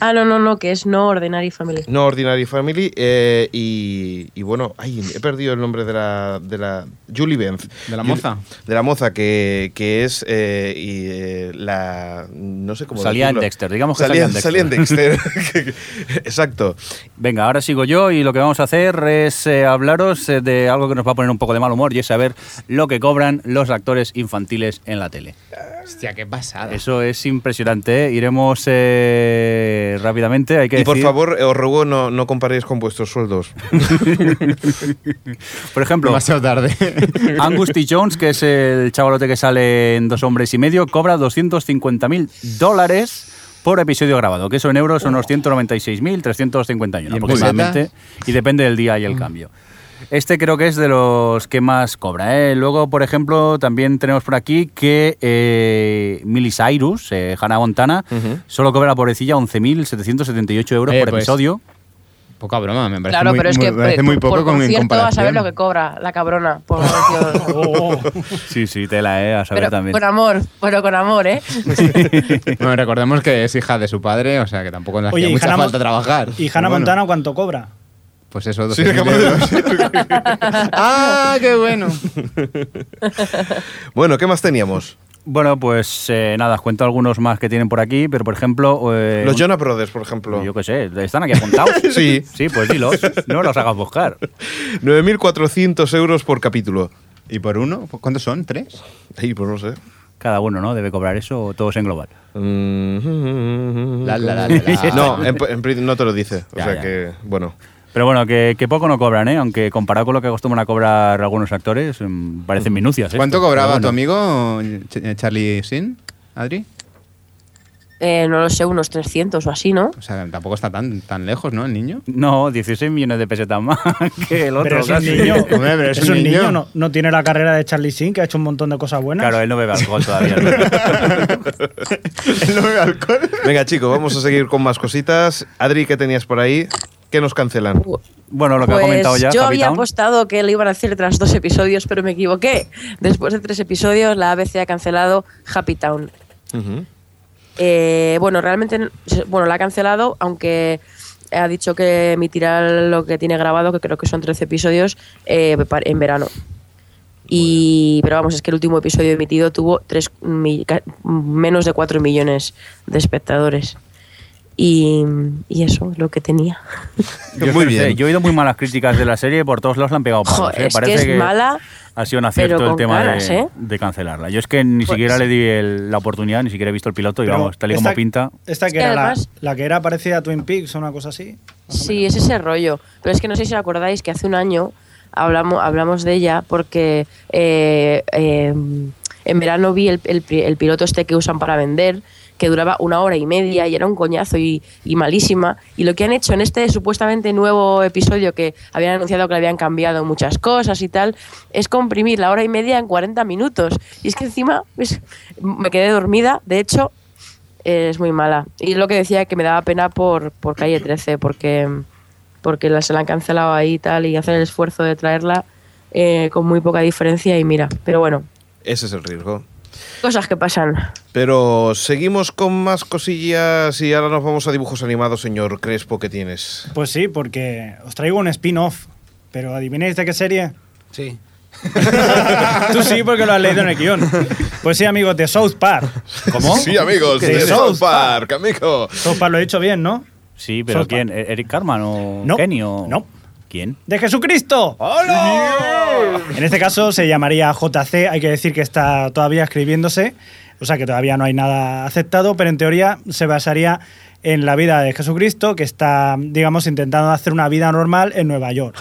F: ah, no, no, no, que es No Ordinary Family.
C: No Ordinary Family eh, y, y bueno, ay, he perdido el nombre de la, de la Julie Benz.
G: De la
C: Julie-
G: moza.
C: de la moza que, que es eh, y, eh, la no sé cómo
D: Salía en
C: decirlo.
D: Dexter, digamos que
C: salía,
D: salía en
C: salía en Dexter. Exacto.
D: Venga, ahora sigo yo y lo que vamos a hacer es eh, hablaros eh, de algo que nos va a poner un poco de mal humor y es saber lo que cobran los actores infantiles en la tele.
G: Hostia, qué pasada.
D: Eso es impresionante, ¿eh? Iremos eh, rápidamente, hay que
C: Y por
D: decir-
C: favor, eh, os ruego no, no comparéis con vuestros sueldos.
D: Por ejemplo,
G: Demasiado tarde.
D: Angus T. Jones, que es el chavalote que sale en Dos Hombres y Medio, cobra 250.000 dólares por episodio grabado, que eso en euros son unos 196.351
G: Oh. ¿Y en Mm.
D: aproximadamente,
G: pesetas?
D: y depende del día y el cambio. Este creo que es de los que más cobra. ¿eh? Luego, por ejemplo, también tenemos por aquí que eh, Miley Cyrus, eh, Hannah Montana, solo cobra la pobrecilla 11.778 euros
G: Eh,
D: por
G: pues,
D: episodio.
G: Poca broma, me parece
F: Claro,
G: muy,
F: pero es
G: muy-
F: que
G: me parece
F: eh,
G: muy
F: por-
G: poco
F: por
G: con, en
F: concierto a saber
G: comparación.
F: lo que cobra la cabrona. Por concierto.
G: Oh.
D: Sí, sí, tela, ¿eh? a saber
F: pero
D: también.
F: con amor, pero con amor, ¿eh?
G: Bueno, recordemos que es hija de su padre, o sea que tampoco le hacía
E: Oye, y
G: mucha
E: Hannah Mon-
G: falta trabajar.
E: ¿Y Hannah
G: Pero bueno,
E: Montana cuánto cobra?
G: Pues eso,
C: Sí,
G: 12.000
C: acabo de
G: euros. ¡Ah, qué bueno!
C: Bueno, ¿qué más teníamos?
D: Bueno, pues eh, nada, os cuento algunos más que tienen por aquí, pero por ejemplo... eh,
C: Los
D: un-
C: Jonah Brothers, por ejemplo.
D: Yo qué sé, ¿están aquí apuntados?
C: Sí.
D: Sí, pues dilos, no los hagas buscar.
C: 9.400 euros por capítulo.
G: ¿Y por uno? ¿Cuántos son? ¿Tres?
C: Ahí, pues no sé.
D: Cada uno, ¿no? Debe cobrar eso, o todos en global. Mm-hmm.
C: Mm.
G: La, la, la, la, la.
C: No, eh, en, en pri- no te lo dice. O
D: Ya,
C: sea
D: ya.
C: que, bueno.
D: Pero bueno, que, que poco no cobran, ¿eh? Aunque comparado con lo que acostumbran a cobrar algunos actores, mm, parecen minucias. esto,
G: ¿Cuánto
D: pero
G: cobraba
D: bueno.
G: tu amigo Ch- eh, Charlie Sin, Adri?
F: Eh, No lo sé, unos 300 o así, ¿no?
G: O sea, tampoco está tan, tan lejos, ¿no? El niño.
D: No, 16 millones de pesetas más que el otro.
E: Pero es un
D: casi.
E: niño.
G: Hombre, pero es
E: Es
G: un
E: un
G: niño.
E: niño, no, no tiene la carrera de Charlie Sheen, que ha hecho un montón de cosas buenas.
D: Claro, él no bebe alcohol todavía. ¿no?
G: no bebe alcohol.
C: Venga, chicos, vamos a seguir con más cositas. Adri, ¿qué tenías por ahí? ¿Qué nos cancelan?
D: Bueno, lo que
F: Pues
D: ha comentado ya
F: yo
D: Javi
F: había
D: Town.
F: apostado que lo iban a hacer tras dos episodios, pero me equivoqué. Después de tres episodios, la ABC ha cancelado Happy Town.
D: Mm-hmm.
C: Ujú.
F: Eh, bueno, realmente, no- se- bueno, la ha cancelado, aunque ha dicho que emitirá lo que tiene grabado, que creo que son 13 episodios, eh, pa- en verano. Y, pero vamos, es que el último episodio emitido tuvo tres mi- ca- menos de 4 millones de espectadores. Y, y eso, lo que tenía.
D: Yo,
G: Muy
D: es que no sé,
G: bien.
D: yo he oído muy malas críticas de la serie, por todos lados la han pegado palos,
F: Joder,
D: ¿eh?
F: es que es mala,
D: ha sido un acierto
F: pero
D: el
F: con
D: tema
F: ganas,
D: de,
F: ¿eh? Pues
D: de cancelarla. Yo es que ni siquiera le di el- la oportunidad, ni siquiera he visto el piloto y
E: Pero
D: vamos, tal y
E: esta-
D: como pinta.
E: Esta
F: Es que
E: que era la,
F: además-
E: la que era parecida a Twin Peaks o una cosa así.
F: Sí, es ese rollo. Pero es que no sé si os acordáis que hace un año hablamos, hablamos de ella porque eh, eh, en verano vi el, el pri- el piloto este que usan para vender, que duraba una hora y media y era un coñazo y, y malísima. Y lo que han hecho en este supuestamente nuevo episodio que habían anunciado que le habían cambiado muchas cosas y tal, es comprimir la hora y media en 40 minutos. Y es que encima es- me quedé dormida. De hecho, es muy mala. Y lo que decía que me daba pena por, por calle 13, porque, porque la, se la han cancelado ahí y tal, y hacen el esfuerzo de traerla eh, con muy poca diferencia y mira. Pero bueno,
C: Ese es el riesgo.
F: cosas que pasan.
C: Pero seguimos con más cosillas y ahora nos vamos a dibujos animados, señor Crespo, que tienes.
E: Pues sí, porque os traigo un spin-off. Pero adivinéis de qué serie.
H: Sí.
E: Tú sí, porque lo has leído en el guión. Pues sí, amigos, de South Park.
D: ¿Cómo?
C: Sí, amigos,
E: ¿Qué
C: de
E: es?
C: South Park, amigo.
E: South Park lo he dicho bien, ¿no?
D: Sí, pero
E: Solta.
D: ¿quién? ¿E- ¿Eric Carman o
E: No,
D: Kenny o-
E: no.
D: ¿Quién?
E: ¡De Jesucristo! En este caso se llamaría JC, hay que decir que está todavía escribiéndose, o sea que todavía no hay nada aceptado, pero en teoría se basaría en la vida de Jesucristo, que está, digamos, intentando hacer una vida normal en Nueva York.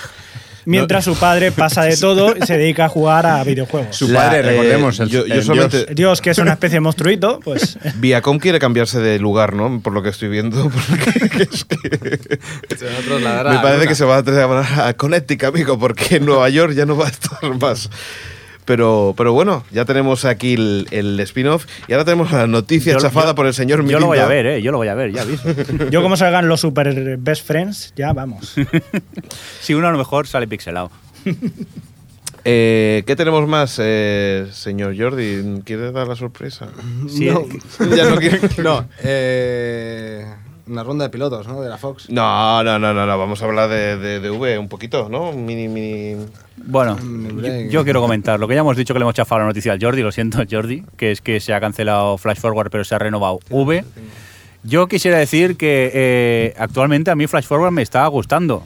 E: Mientras su padre pasa de todo y se dedica a jugar a videojuegos.
G: Su padre,
D: eh,
G: recordemos, el-
C: yo, yo
G: el
C: solamente.
E: Dios, que es una especie de monstruito, pues
C: Viacom quiere cambiarse de lugar, ¿no? Por lo que estoy viendo. porque es que-
H: Se va a trasladar a
C: me parece
H: alguna.
C: que se va a trasladar a Connecticut, amigo, porque en Nueva York ya no va a estar más. Pero, pero bueno, ya tenemos aquí el, el spin-off y ahora tenemos la noticia
D: Yo-
C: chafada
D: yo-
C: por el señor
D: Yo
C: Mirinda.
D: lo voy a ver, ¿eh? Yo lo voy a ver, ya aviso.
E: yo como salgan los super best friends, ya vamos.
D: si uno a lo mejor sale pixelado.
C: Eh, ¿Qué tenemos más, eh, señor Jordi? ¿Quieres dar la sorpresa?
D: Sí,
H: no.
D: eh,
C: Ya no quiero-
H: No, eh, una ronda de pilotos, ¿no? De la Fox.
C: No, no, no, no, no, vamos a hablar de, de, de V un poquito, ¿no? Un Mini, mini.
D: Bueno,
I: Mm,
D: yo,
H: Hombre.
D: yo quiero comentar lo que ya hemos dicho que le hemos chafado la noticia al Jordi, lo siento Jordi, que es que se ha cancelado Flash Forward pero se ha renovado V. Yo quisiera decir que eh, actualmente a mí Flash Forward me está gustando.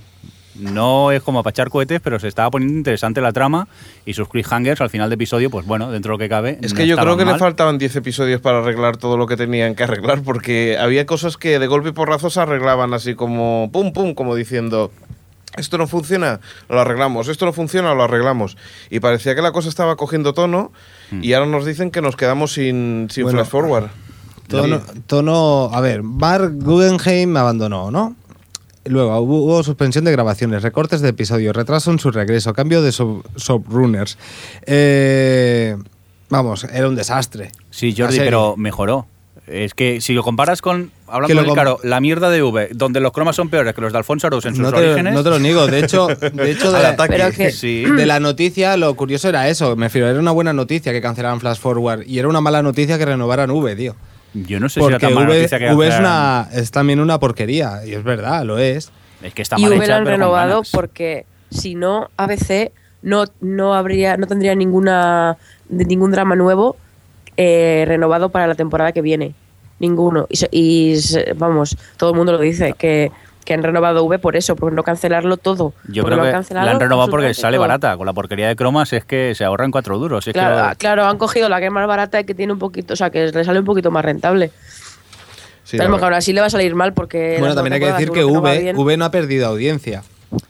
D: No es como apachar cohetes, pero se estaba poniendo interesante la trama y sus cliffhangers al final de episodio, pues bueno, dentro de lo que cabe.
C: Es
D: no
C: que yo creo
D: estaban
C: que le
D: mal.
C: faltaban 10 episodios para arreglar todo lo que tenían que arreglar, porque había cosas que de golpe y porrazo se arreglaban así como pum pum, como diciendo. Esto no funciona, lo arreglamos. Esto no funciona, lo arreglamos. Y parecía que la cosa estaba cogiendo tono y ahora nos dicen que nos quedamos sin, sin
I: Bueno.
C: flash forward.
I: Tono, tono- a ver, Mark Guggenheim abandonó, ¿no? Luego hubo, hubo suspensión de grabaciones, recortes de episodios, retraso en su regreso, cambio de sub- subrunners. Eh, vamos, era un desastre.
D: Sí,
I: La
D: Jordi,
I: serie.
D: pero mejoró. Es que si lo comparas con,
I: Que
D: hablando
I: lo
D: del
I: com-
D: caro, la mierda de V, donde los cromas son peores que los de Alfonso Arús en sus
I: No te,
D: orígenes.
I: no te lo niego, de hecho, de, hecho de,
C: Al
I: la,
C: ataque.
F: Pero que
D: Sí.
I: de la noticia lo curioso era eso, me refiero, era una buena noticia que cancelaran Flash Forward y era una mala noticia que renovaran V, tío.
D: Yo no sé si era
I: Porque
D: tan mala
I: V,
D: noticia que
I: V es,
D: hacer-
I: una, es también una porquería, y es verdad, lo es.
D: Es que está
F: y
D: mal
F: V
D: hecha,
F: lo han
D: pero con
F: renovado
D: ganas.
F: porque si no, ABC no, no, habría, no tendría ninguna, ningún drama nuevo eh, renovado para la temporada que viene. Ninguno. Y, se- y se- vamos, todo el mundo lo dice, que, que han renovado V por eso, por no cancelarlo todo.
D: Yo creo
F: Porque lo
D: que
F: cancelado
D: la han renovado porque
F: absolutamente
D: sale
F: todo.
D: barata. Con la porquería de cromas es que se ahorran cuatro duros. Es que
F: Claro,
D: la-
F: ah, claro, han cogido la que es más barata y que tiene un poquito, o sea, que le sale un poquito más rentable.
C: Sí,
F: Pero
C: la
F: aún así le va a salir mal porque.
I: Bueno,
F: las
I: también hay que
F: temporadas
I: decir que
F: seguro no va
I: V,
F: bien.
I: V no ha perdido audiencia.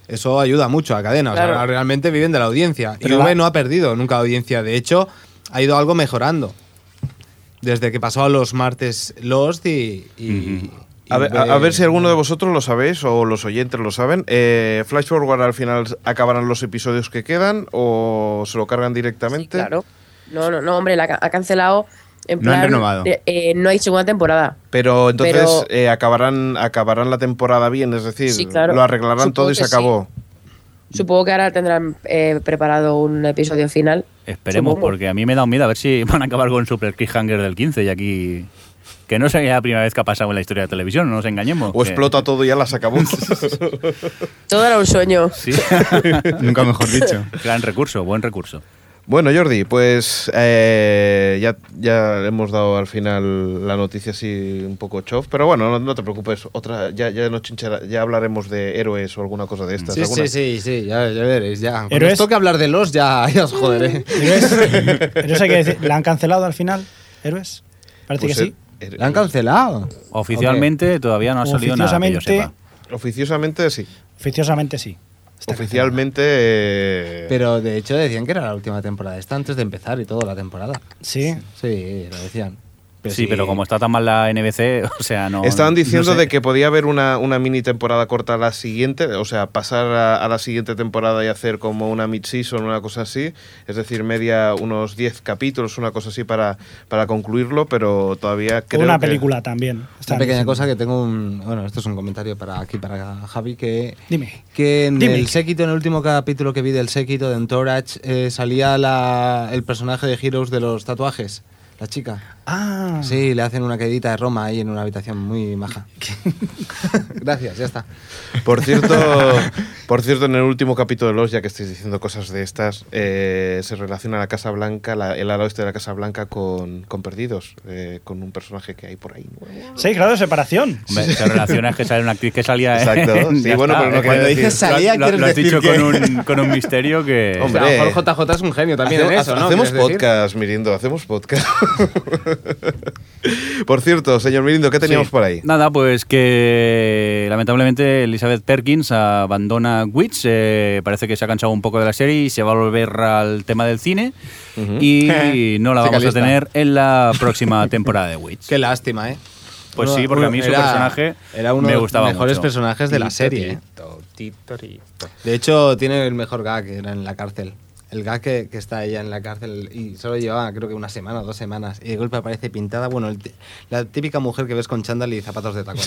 I: Eso ayuda mucho a cadena. O sea,
F: Claro.
I: realmente viven de la audiencia.
E: Pero
I: y
E: la-
I: V no ha perdido nunca audiencia. De hecho, ha ido algo mejorando. Desde que pasó a los martes Lost y. y- y
C: A ver, a-
I: V-
C: a ver si alguno de vosotros lo sabéis o los oyentes lo saben. Eh, ¿Flash Forward al final acabarán los episodios que quedan o se lo cargan
F: Sí,
C: directamente?
F: claro. No, no, no, hombre, la ca- ha cancelado. En
G: No han
F: plan,
G: renovado.
F: eh, eh, no hay segunda temporada.
C: Pero entonces
F: Pero-
C: eh, acabarán, acabarán la temporada bien, es decir,
F: Sí, claro.
C: lo arreglarán
F: Supongo
C: todo y
F: que
C: se
F: sí.
C: acabó.
F: Supongo que ahora tendrán eh, preparado un episodio final.
D: Esperemos,
F: Supongo.
D: porque a mí me da un miedo a ver si van a acabar con Super Cliffhanger del 15 y aquí... Que no sería la primera vez que ha pasado en la historia de televisión, no nos engañemos.
C: O
D: que-
C: explota todo y ya las acabó.
F: Todo era un sueño.
D: Sí,
G: Nunca mejor dicho.
D: gran recurso, buen recurso.
C: Bueno, Jordi, pues eh, ya, ya le hemos dado al final la noticia así un poco chof, pero bueno, no, no te preocupes, otra, ya, ya, nos chinchará- ya hablaremos de héroes o alguna cosa de estas.
H: Sí,
C: alguna-
H: sí, sí, sí, ya, ya veréis, ya. Cuando
E: ¿Héroes?
H: os toque hablar de los, ya, ya os joderé.
E: ¿Héroes? ¿Héroes hay que decir? ¿La han cancelado al final? ¿Héroes? Parece
C: Pues,
E: que sí.
C: eh, héroes.
H: ¿La han cancelado?
D: Oficialmente todavía no ha salido nada. Que yo
E: Oficiosamente-
D: sepa.
C: Oficiosamente sí.
E: Oficiosamente sí. Está
C: Oficialmente. eh,
H: Pero de hecho decían que era la última temporada esta antes de empezar y todo la temporada.
E: Sí.
H: Sí, lo decían.
D: sí, pero como está tan mal la NBC, o sea, no.
C: eh, Estaban diciendo
D: no sé.
C: de que podía haber una, una mini temporada corta a la siguiente, o sea, pasar a, a la siguiente temporada y hacer como una mid-season, una cosa así, es decir, media unos 10 capítulos, una cosa así para, para concluirlo, pero todavía
E: O
C: creo
E: una
C: que-
E: película también.
H: Una
E: Están
H: pequeña
E: diciendo.
H: cosa que tengo un. Bueno, esto es un comentario para aquí, para Javi, que.
E: Dime.
H: Que en
E: Dime.
H: el séquito, en el último capítulo que vi del séquito de Entourage, eh, salía la- el personaje de Heroes de los tatuajes, la chica.
E: Ah,
H: Sí, le hacen una caidita de Roma ahí en una habitación muy maja. Gracias, ya está.
C: Por cierto, por cierto, en el último capítulo de Los, ya que estáis diciendo cosas de estas, eh, se relaciona la Casa Blanca, la- el ala oeste de la Casa Blanca con, con Perdidos, eh, con un personaje que hay por ahí nuevo.
E: seis grados de separación.
D: Hombre, te relacionas que sale una actriz que salía.
C: Exacto,
D: en-
C: sí,
D: ya
C: bueno,
D: está.
C: pero no
G: Cuando
C: quería
G: dices
C: decir-
G: salía,
D: lo, lo-
G: quieres
D: lo has
G: decir
D: dicho
G: que...
D: con un, con un misterio que.
C: Hombre,
H: O sea, Este, a lo mejor JJ es un genio también
C: Hacemos-
H: en eso, ¿no?
C: Hacemos
H: ¿Quieres decir?
C: podcast, Mirindo, hacemos podcast. Por cierto, señor Mirindo, ¿qué teníamos
D: Sí.
C: por ahí?
D: Nada, pues que lamentablemente Elizabeth Perkins abandona Witch. eh, parece que se ha cansado un poco de la serie y se va a volver al tema del cine. Y no la vamos
H: Sí,
D: a
H: calista.
D: tener en la próxima temporada de Witch.
H: Qué lástima, ¿eh?
D: Pues sí,
H: Uno-
D: porque a
H: uno-
D: mí su
H: era-
D: personaje
H: era uno
D: me
H: de los
D: gustaba
H: mejores
D: mucho.
H: personajes de la serie. ¿eh? De hecho, tiene el mejor gag que era en la cárcel. El gag que, que está ella en la cárcel y solo llevaba creo que una semana o dos semanas y de golpe aparece pintada, bueno, el ti- la típica mujer que ves con chándal y zapatos de tacón.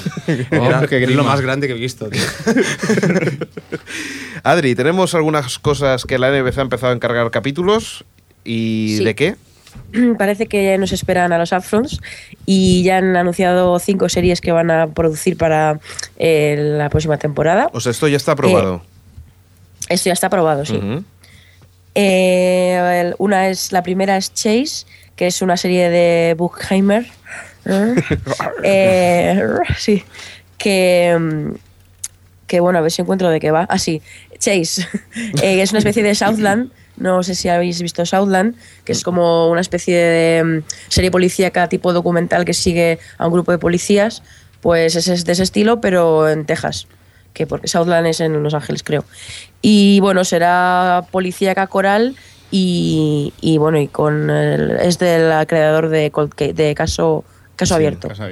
H: Era lo más grande que he visto, tío.
C: Adri, tenemos algunas cosas que la NBC ha empezado a encargar capítulos. ¿Y
F: Sí.
C: de qué?
F: Parece que nos esperan a los upfronts y ya han anunciado cinco series que van a producir para eh, la próxima temporada.
C: O sea, esto ya está aprobado.
F: Esto ya está aprobado, sí.
C: Ujú.
F: Eh, el- una es, la primera es Chase, que es una serie de Buchheimer. Eh, sí. Que, mm, que bueno, a ver si encuentro de qué va. Ah, sí, Chase. Eh, es una especie de Southland. No sé si habéis visto Southland, que es como una especie de mm, serie policíaca tipo documental que sigue a un grupo de policías. Pues ese es de ese estilo, pero en Texas. Que porque Southland es en Los Ángeles, creo. Y bueno, será policíaca coral y, y bueno, y con el- es del creador de, Cold Ca- de Caso, caso Abierto.
C: Caso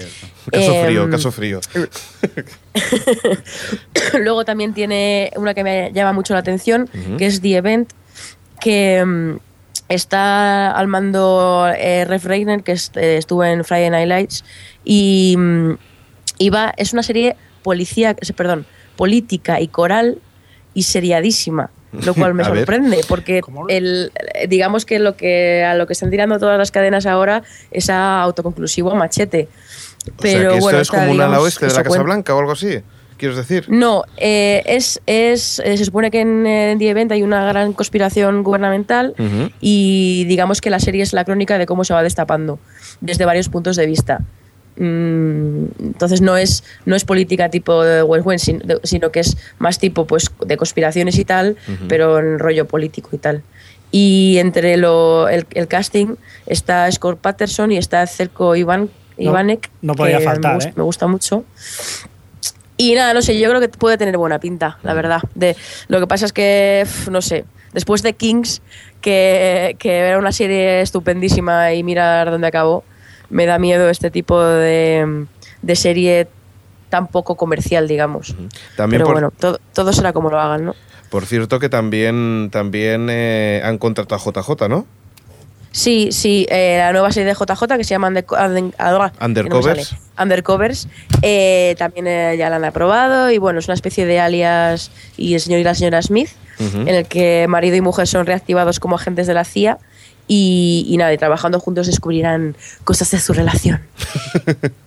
F: Em,
C: frío, caso frío.
F: Luego también tiene una que me llama mucho la atención, que es The Event, que mm, está al mando eh, Ref Reiner, que est- eh, estuvo en Friday Night Lights, y, mm, y va- es una serie policía, perdón, política y coral y seriadísima. Lo cual me
C: A ver.
F: sorprende, porque el, eh, digamos que lo que a lo que están tirando todas las cadenas ahora es a autoconclusivo a machete.
C: o sea,
F: Pero
C: que esto
F: bueno,
C: es
F: está,
C: como un ala
F: digamos,
C: oeste de
F: eso
C: la Casa
F: cuenta.
C: Blanca o algo así, ¿quieres decir?
F: No, eh, es, es, eh, se supone que en, eh, The Event hay una gran conspiración gubernamental
C: Ujú.
F: y digamos que la serie es la crónica de cómo se va destapando desde varios puntos de vista. Mm, Entonces no es, no es política tipo de West Wing, sin- de- sino que es más tipo pues, de conspiraciones y tal, pero en rollo político y tal. Y entre lo, el, el casting está Scott Patterson y está Celko Ivan,
E: No-
F: Ivanek.
E: no podía
F: que me
E: faltar,
F: gust-
E: ¿eh?
F: me gusta mucho. Y nada, no sé, yo creo que puede tener buena pinta, la verdad. De, lo que pasa es que, pf, no sé, después de Kings, que, que era una serie estupendísima y mirar dónde acabó, me da miedo este tipo de, de serie tan poco comercial, digamos.
C: También
F: Pero
C: por,
F: bueno, todo, todo será como lo hagan, ¿no?
C: por cierto que también, también eh, han contratado a JJ, ¿no?
F: Sí, sí, eh, la nueva serie de JJ que se llama Underco- Under- ah, que no me
C: Undercovers.
F: sale. Undercovers. eh, también eh, ya la han aprobado y bueno, es una especie de alias y el señor y la señora Smith,
C: Ujú.
F: en el que marido y mujer son reactivados como agentes de la CIA y, y nada, y trabajando juntos descubrirán cosas de su relación.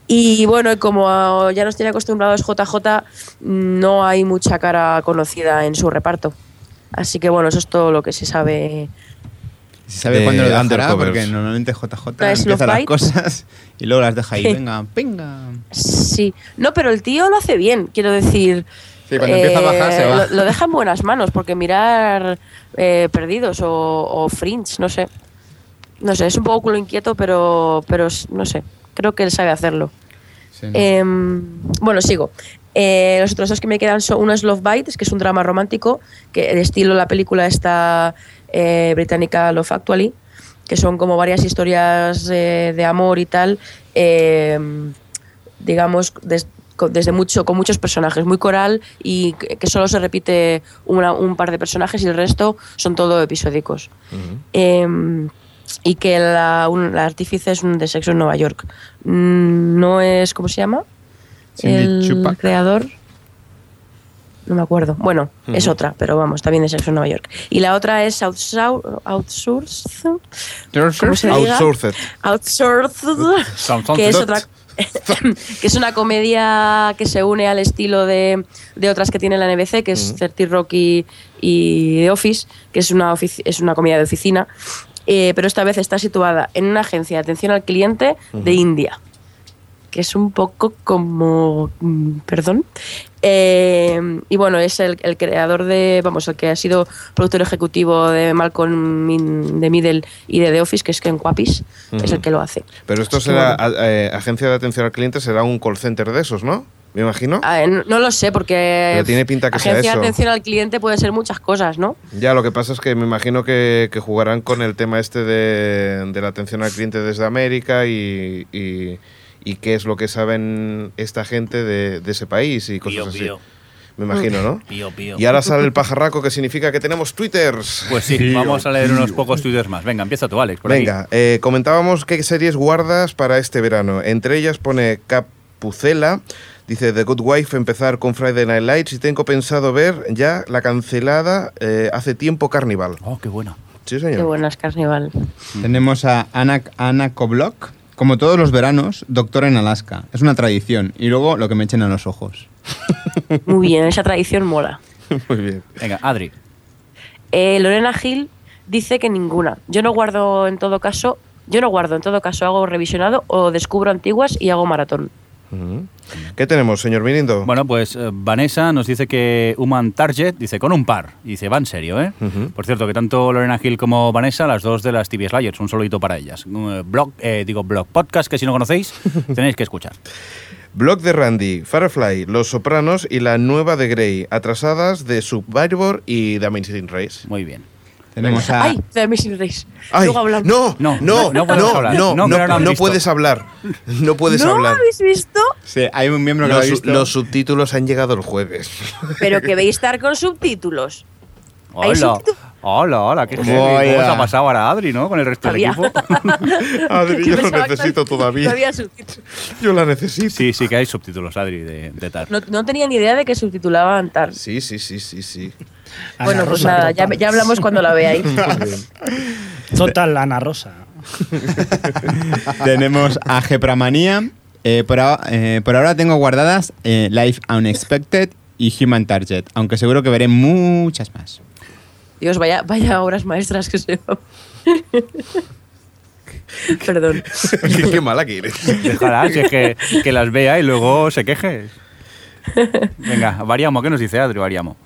F: y bueno, como ya nos tiene acostumbrados JJ, no hay mucha cara conocida en su reparto. Así que bueno, eso es todo lo que se sabe
G: Si sabe
C: De
G: cuándo lo dejará,
C: undercovers.
G: porque normalmente
F: La
G: JJ
F: de
G: empieza las
F: Snowfight.
G: cosas y luego las deja ahí. Venga, venga.
F: Sí. No, pero el tío lo hace bien, quiero decir. eh,
H: Sí, cuando empieza a bajar, se va.
F: Lo, lo deja en buenas manos, porque mirar eh, Perdidos o, o Fringe, no sé. No sé, es un poco culo inquieto, pero, pero s- no sé. Creo que él sabe hacerlo.
G: Sí, ¿no?
F: Em, bueno, sigo. Eh, los otros dos que me quedan son uno es Love Bites, que es un drama romántico, que de estilo la película está británica Love Actually, que son como varias historias eh, de amor y tal, em, digamos, des- co- desde mucho, con muchos personajes, muy coral y que que solo se repite una- un par de personajes y el resto son todo episódicos. Em, y que la, un- la artífice es un de sexo en Nueva York. Mm, No es, ¿cómo se llama?
G: Cindy
F: el
G: Chupac.
F: creador. No me acuerdo. Bueno, es otra, pero vamos, también de sexo en Nueva York. Y la otra es Outsour- Outsourced. ¿Cómo se diga?
C: Outsourced.
F: Outsourced. que es
C: Dot.
F: otra que es una comedia que se une al estilo de, de otras que tiene la NBC, que es 30 Rock y, y The Office, que es una, ofici- es una comedia de oficina, eh, pero esta vez está situada en una agencia de atención al cliente de India, que es un poco como... mm, Perdón. Eh, y bueno, es el, el creador de, vamos, el que ha sido productor ejecutivo de Malcolm in the Middle y de The Office, que es Ken Quapis, es el que lo hace.
C: Pero esto
F: Así que
C: será
F: bueno.
C: a- eh, agencia de atención al cliente, será un call center de esos, ¿no? Me imagino.
F: A ver, no- no lo sé, porque.
C: Pero tiene pinta que sea
F: agencia
C: eso.
F: de atención al cliente puede ser muchas cosas, ¿no?
C: Ya, lo que pasa es que me imagino que, que jugarán con el tema este de, de la atención al cliente desde América y, y- y qué es lo que saben esta gente de, de ese país y cosas
D: Pío,
C: así.
D: pío.
C: Me imagino, ¿no?
D: Pío, pío.
C: Y ahora sale el pajarraco que significa que tenemos twitters.
D: Pues sí, vamos a leer unos pocos tweets más. Venga, empieza tú, Alex. por aquí.
C: Venga, eh, comentábamos qué series guardas para este verano. Entre ellas pone Capucela, dice The Good Wife, empezar con Friday Night Lights y tengo pensado ver ya la cancelada eh, hace tiempo Carnival.
D: Oh, qué buena.
C: Sí, señor.
F: Qué buenas, Carnival.
G: Tenemos a Ana, Ana Koblock. Como todos los veranos, doctora en Alaska. Es una tradición. Y luego lo que me echen a los ojos.
F: Muy bien, esa tradición mola.
C: Muy bien.
D: Venga, Adri.
F: Eh, Lorena Gil dice que ninguna. Yo no guardo en todo caso. Yo no guardo, en todo caso hago revisionado o descubro antiguas y hago maratón.
C: Ujú. ¿Qué tenemos, señor Mirindo?
D: Bueno, pues eh, Vanessa nos dice que Human Target, dice, con un par. Y dice, va en serio, ¿eh?
C: Ujú.
D: Por cierto, que tanto Lorena Gil como Vanessa, las dos de las TV Slayers, un solito para ellas. Eh, blog, eh, digo, blog podcast, que si no conocéis, tenéis que escuchar.
C: Blog de Randy, Firefly, Los Sopranos y la nueva de Grey, atrasadas de Survivor y The Amazing Race.
D: Muy bien.
G: Tenemos a...
F: ¡Ay! The Amazing Race.
C: Ay,
F: Luego hablamos.
C: no, no, no, no,
D: No, no, no podemos hablar.
C: no,
D: No,
C: no,
D: pero no han
C: no
D: visto.
C: puedes hablar, no puedes
F: ¿No
C: hablar.
F: habéis visto?
G: Sí, hay un miembro que lo ha
C: Los,
G: visto.
C: los subtítulos han llegado el jueves.
F: Pero que veis estar con subtítulos. Hay
D: Hola.
F: subtítulos.
D: Hola, hola, qué heavy.
G: Vaya.
D: ¿Cómo se ha pasado ahora Adri, no? Con el resto del
F: Había.
D: equipo.
C: Adri,
F: Que
C: yo lo
F: pensaba que
C: necesito
F: no-
C: todavía.
F: no había subtítulos.
C: Yo la necesito.
D: Sí, sí, que hay subtítulos, Adri, de, de TAR.
F: No, no tenía ni idea de que subtitulaban TAR.
C: Sí, sí, sí, sí, sí.
E: Ana
F: Bueno, pues
E: Rosa,
F: nada, ya,
E: total.
F: ya hablamos cuando la veáis.
E: Total, Ana Rosa.
G: Tenemos a Gepramanía. Eh, por, a- eh, por ahora tengo guardadas eh, Life Unexpected y Human Target, aunque seguro que veré muchas más.
F: Dios, vaya, vaya obras maestras que se van. Perdón.
C: qué, qué mala que eres.
D: Déjala, si es que, que las vea y luego se queje. Venga, variamos. ¿Qué nos dice Adri? Variamos.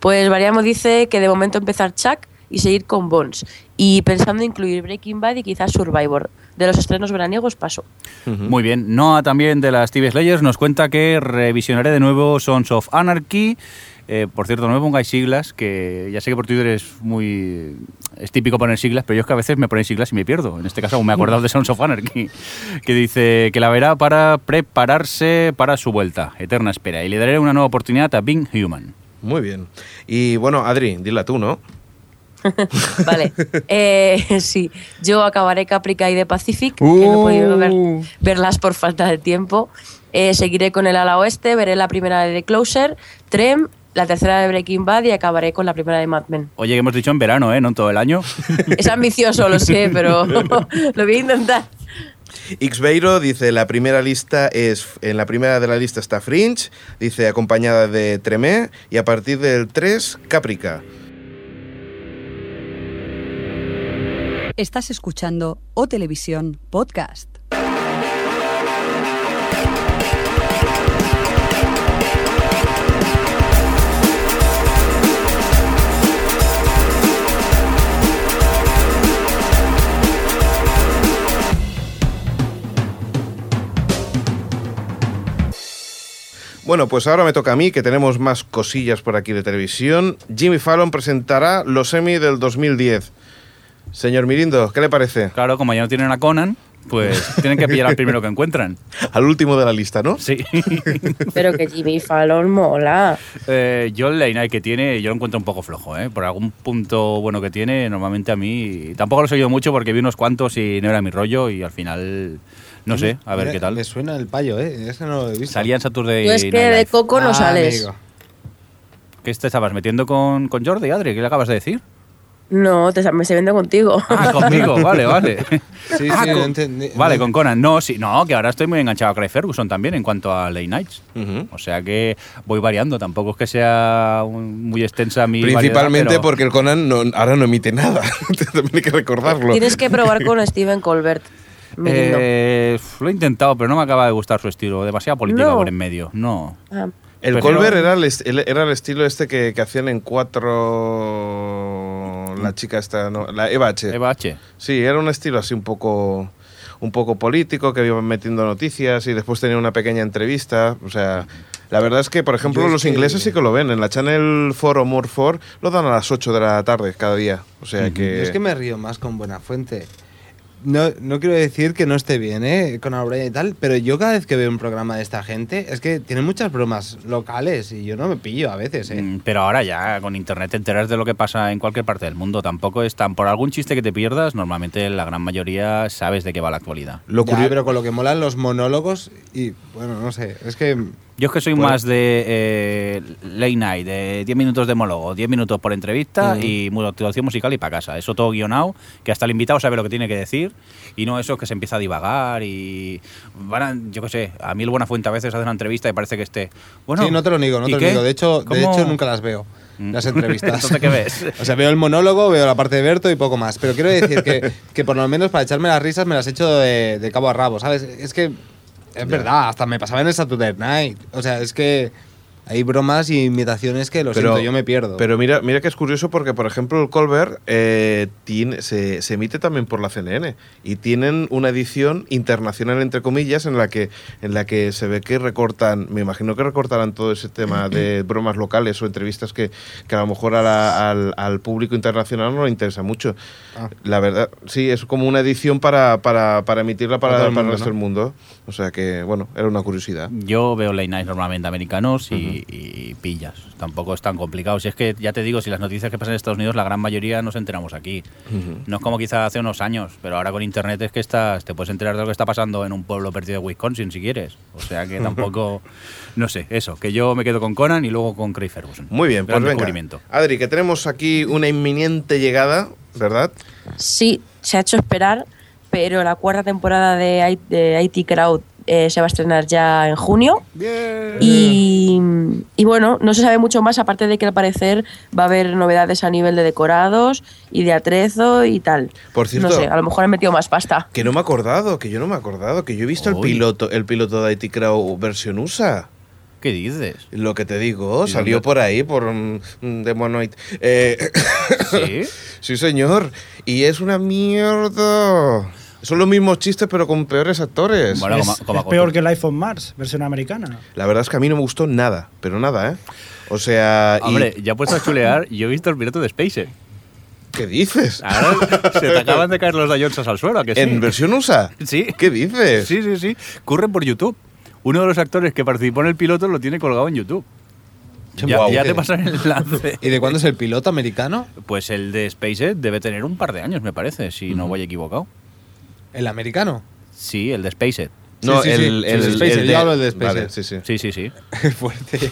F: Pues Variamo dice que de momento empezar Chuck y seguir con Bones. Y pensando incluir Breaking Bad y quizás Survivor. De los estrenos veraniegos paso.
D: Muy bien. Noah también de las TV Slayers nos cuenta que revisionaré de nuevo Sons of Anarchy. Eh, por cierto, no me pongáis siglas, que ya sé que por Twitter es muy. Es típico poner siglas, pero yo es que a veces me ponéis siglas y me pierdo. En este caso, aún me he acordado de Sons of Anarchy, que dice que la verá para prepararse para su vuelta. Eterna espera. Y le daré una nueva oportunidad a Being Human.
C: Muy bien. Y bueno, Adri, dila tú, ¿no?
F: Vale. Eh, sí, yo acabaré Caprica y The Pacific, que no
H: Uh.
F: he podido ver- verlas por falta de tiempo. Eh, seguiré con el ala oeste, veré la primera de The Closer, Trem, la tercera de Breaking Bad y acabaré con la primera de Mad Men.
D: Oye, que hemos dicho en verano, ¿eh? No en todo el año.
F: Es ambicioso, lo sé, pero lo voy a intentar.
C: Xbeiro dice, la primera lista es, en la primera de la lista está Fringe, dice acompañada de Tremé y a partir del 3, Caprica.
B: Estás escuchando O Televisión Podcast.
C: Bueno, pues ahora me toca a mí, que tenemos más cosillas por aquí de televisión. Jimmy Fallon presentará los Emmy del 2010. Señor Mirindo, ¿qué le parece?
D: Claro, como ya no tienen a Conan, pues tienen que pillar al primero que encuentran.
C: Al último de la lista, ¿no?
D: Sí.
F: Pero que Jimmy Fallon mola.
D: Eh, yo el line que tiene, yo lo encuentro un poco flojo, ¿eh? Por algún punto bueno que tiene, normalmente a mí... Tampoco lo he seguido mucho porque vi unos cuantos y no era mi rollo y al final... No sé, a ver
H: Mira,
D: qué tal.
H: Me suena el payo, ¿eh? Ese no lo he visto.
D: Salía en Saturday
F: Tú es
D: Night
F: que de
D: Live.
F: coco no
H: Ah,
F: sales.
H: amigo.
D: ¿Qué te estabas metiendo con, con Jordi, Adri? ¿Qué le acabas de decir?
F: No, te, me se vende contigo.
D: Ah, conmigo, vale, vale.
H: Sí,
D: Ah,
H: sí,
D: con-
H: lo entendí.
D: Vale, con Conan. No, sí, no, que ahora estoy muy enganchado a Craig Ferguson también en cuanto a Late Nights.
C: Ujú.
D: O sea que voy variando. Tampoco es que sea un- muy extensa mi.
C: Principalmente
D: variedad, pero-
C: porque el Conan no- ahora no emite nada. También hay que recordarlo.
F: Tienes que probar con Steven Colbert. Mirindo.
D: Eh, lo he intentado, pero no me acaba de gustar su estilo. Demasiada política
F: No.
D: por en medio. No.
F: Ah,
C: El
D: Prefiero-
C: Colbert era el, est- el- era el estilo este que, que hacían en cuatro.
H: Mm.
C: La chica esta, ¿no? la Eva H.
D: Eva H.
C: Sí, era un estilo así un poco, un poco político, que iban metiendo noticias y después tenía una pequeña entrevista. O sea, la verdad es que, por ejemplo,
H: Yo es
C: los
H: que-
C: ingleses sí que lo ven. En la Channel 4 o More 4 lo dan a las 8 de la tarde cada día. O sea
H: Yo
C: que.
H: es que me río más con Buenafuente. No, no quiero decir que no esté bien, ¿eh? Con Aurelia y tal, pero yo cada vez que veo un programa de esta gente, es que tiene muchas bromas locales y yo no me pillo a veces, ¿eh?
D: Mm, Pero ahora ya con internet te enteras de lo que pasa en cualquier parte del mundo. Tampoco es tan. Por algún chiste que te pierdas, normalmente la gran mayoría sabes de qué va la actualidad.
C: Lo
H: Ya,
C: curio-
H: pero con lo que molan los monólogos y, bueno, no sé, es que...
D: Yo es que soy
H: Bueno.
D: más de eh, late night, de 10 minutos de monólogo, 10 minutos por entrevista y mu- actuación musical y para casa. Eso todo guionado, que hasta el invitado sabe lo que tiene que decir y no eso que se empieza a divagar y van a- yo qué sé, a mí el Buenafuente a veces hace una entrevista y parece que esté, bueno,
H: sí, no te lo niego,
D: ¿y
H: no te lo
D: qué?
H: niego. De hecho, de
D: ¿Cómo?
H: hecho, nunca las veo,
D: Mm.
H: las entrevistas.
D: Entonces, ¿qué ves?
H: o sea, veo el monólogo, veo la parte de Berto y poco más. Pero quiero decir que, que por lo menos para echarme las risas me las echo de, de cabo a rabo, ¿sabes? Es que es verdad, hasta me pasaba en el Saturday Night. O sea, es que hay bromas y imitaciones que, lo siento, yo me pierdo.
C: Pero mira, mira que es curioso porque, por ejemplo, el Colbert eh, tiene- se, se emite también por la CNN y tienen una edición internacional, entre comillas, en la que, en la que se ve que recortan, me imagino que recortarán todo ese tema de bromas locales o entrevistas que, que a lo mejor a la- al, al público internacional no le interesa mucho.
H: Ah.
C: La verdad, sí, es como una edición para, para, para emitirla para,
H: Para todo
C: para el,
H: el mundo,
C: resto
H: ¿no?
C: del mundo. O sea que, bueno, era una curiosidad.
D: Yo veo late nights normalmente americanos y, y pillas. Tampoco es tan complicado. Si es que, ya te digo, si las noticias que pasan en Estados Unidos, la gran mayoría nos enteramos aquí. No es como quizá hace unos años, pero ahora con internet es que estás, te puedes enterar de lo que está pasando en un pueblo perdido de Wisconsin si quieres. O sea que tampoco. no sé, eso. Que yo me quedo con Conan y luego con Craig Ferguson.
C: Muy bien, pues
D: Gran
C: venga.
D: descubrimiento.
C: Adri, que tenemos aquí una inminente llegada, ¿verdad?
F: sí, se ha hecho esperar, pero la cuarta temporada de, I- de IT Crowd eh, se va a estrenar ya en junio. Y, y bueno, no se sabe mucho más, aparte de que al parecer va a haber novedades a nivel de decorados y de atrezo y tal.
C: Por cierto-
F: No sé, a lo mejor han metido más pasta.
C: Que no me he acordado, que yo no me he acordado, que yo he visto el
D: Uy.
C: piloto, el piloto de IT Crowd versión USA.
D: ¿Qué dices?
C: Lo que te digo, salió por ahí, por mm, mm, Demonoid. Eh,
D: ¿Sí?
C: sí, señor. Y es una mierda. Son los mismos chistes, pero con peores actores.
D: Bueno,
E: es,
D: como- como
E: es peor
D: acostumbra.
E: que el iPhone Mars, versión americana.
C: La verdad es que a mí no me gustó nada, pero nada, ¿eh? O sea, y-
D: Hombre, ya puesto a chulear, yo he visto el piloto de SpaceX.
C: ¿qué dices?
D: Ahora se te acaban de caer los dayonsas al suelo, ¿a Ah, que sí?
C: ¿En versión USA?
D: Sí.
C: ¿Qué dices?
D: Sí, sí, sí. Corre por YouTube. Uno de los actores que participó en el piloto lo tiene colgado en YouTube. Ya,
C: Guau.
D: ya te pasan el enlace.
H: ¿Y de cuándo es el piloto americano?
D: Pues el de SpaceX debe tener un par de años, me parece, si no voy equivocado.
H: ¿El americano?
D: Sí, el de SpaceX.
C: No,
H: Sí, sí, sí.
C: el,
H: Sí,
C: el,
H: sí,
C: el
H: Spacer,
C: de-
H: yo hablo del de Spacer.
C: Vale, sí, sí.
D: Sí, sí, sí.
H: Qué fuerte.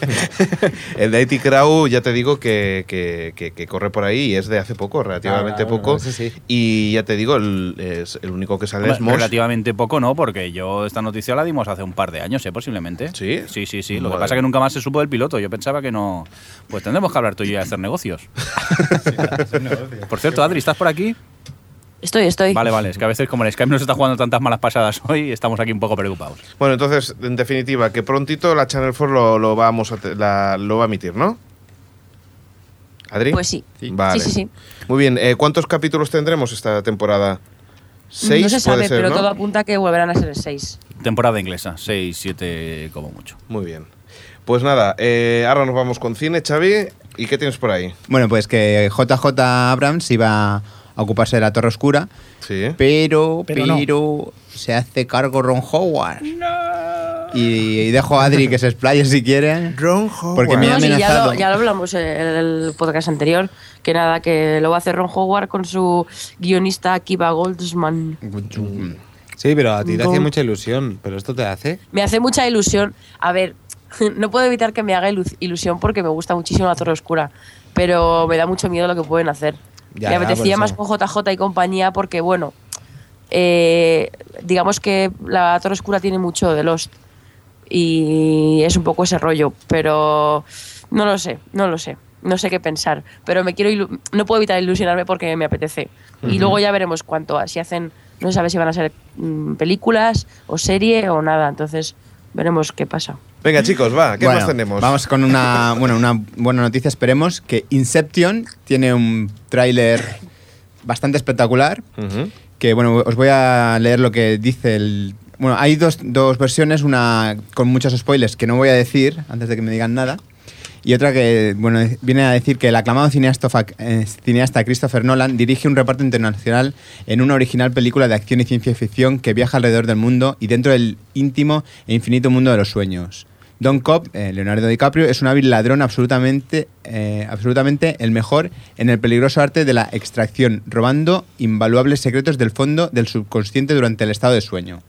C: El de IT Crowd, ya te digo que, que- que- que corre por ahí y es de hace poco, relativamente
H: Ah, bueno,
C: poco.
H: ese sí.
C: Y ya te digo, el, es el único que sale es
D: Hombre,
C: Moss.
D: Relativamente poco, ¿no? Porque yo esta noticia la dimos hace un par de años, ¿eh? Posiblemente.
C: ¿Sí?
D: Sí, sí, sí. Lo que
C: Madre.
D: pasa es que nunca más se supo del piloto. Yo pensaba que no... Pues tendremos que hablar tú y yo y hacer negocios. Por cierto, Adri, ¿estás por aquí?
F: Estoy, estoy.
D: Vale, vale, es que a veces como el Skype nos está jugando tantas malas pasadas hoy, estamos aquí un poco preocupados.
C: Bueno, entonces, en definitiva, que prontito la Channel 4 lo, lo vamos a te- la- lo va a emitir, ¿no? ¿Adri?
F: Pues sí. Sí.
C: Vale.
F: Sí, sí, sí.
C: Muy bien, eh, ¿cuántos capítulos tendremos esta temporada? ¿Seis?
F: no se sabe,
C: puede ser,
F: pero
C: ¿no?
F: todo apunta a que volverán a ser seis.
D: Temporada inglesa, 6, 7 como mucho.
C: Muy bien. Pues nada, eh, ahora nos vamos con cine, Xavi. ¿Y qué tienes por ahí?
G: Bueno, pues que JJ Abrams iba a ocuparse de la Torre Oscura,
C: Sí.
G: pero,
E: Pero
G: pero,
E: no.
G: se hace cargo Ron Howard. Y, y dejo a Adri que se explaye si quiere.
C: Ron Howard.
G: Porque me ha
F: No, sí, ya,
G: amenazado.
F: lo, ya lo hablamos en el podcast anterior, que nada, que lo va a hacer Ron Howard con su guionista Kiva Goldsman.
H: Sí, pero a ti te
F: No.
H: hacía mucha ilusión, pero esto te hace.
F: Me hace mucha ilusión. A ver, no puedo evitar que me haga ilu- ilusión porque me gusta muchísimo la Torre Oscura, pero me da mucho miedo lo que pueden hacer.
H: Ya,
F: me
H: ya,
F: apetecía
H: por
F: más
H: eso.
F: con JJ y compañía porque, bueno, eh, digamos que la Torre Oscura tiene mucho de Lost y es un poco ese rollo, pero no lo sé, no lo sé. No sé qué pensar, pero me quiero ilu- no puedo evitar ilusionarme porque me apetece. Y luego ya veremos cuánto, si hacen, no se sabe si van a ser mm, películas o serie o nada, entonces veremos qué pasa.
C: Venga, chicos, va, ¿qué
G: Bueno,
C: más tenemos?
G: Vamos con una, bueno, una buena noticia, esperemos, que Inception tiene un tráiler bastante espectacular,
C: Ujú.
G: que bueno, os voy a leer lo que dice el... Bueno, hay dos, dos versiones, una con muchos spoilers que no voy a decir antes de que me digan nada, y otra que bueno, viene a decir que el aclamado cineasta, fac- eh, cineasta Christopher Nolan dirige un reparto internacional en una original película de acción y ciencia ficción que viaja alrededor del mundo y dentro del íntimo e infinito mundo de los sueños. Don Cobb, eh, Leonardo DiCaprio, es un hábil ladrón absolutamente, eh, absolutamente el mejor en el peligroso arte de la extracción, robando invaluables secretos del fondo del subconsciente durante el estado de sueño.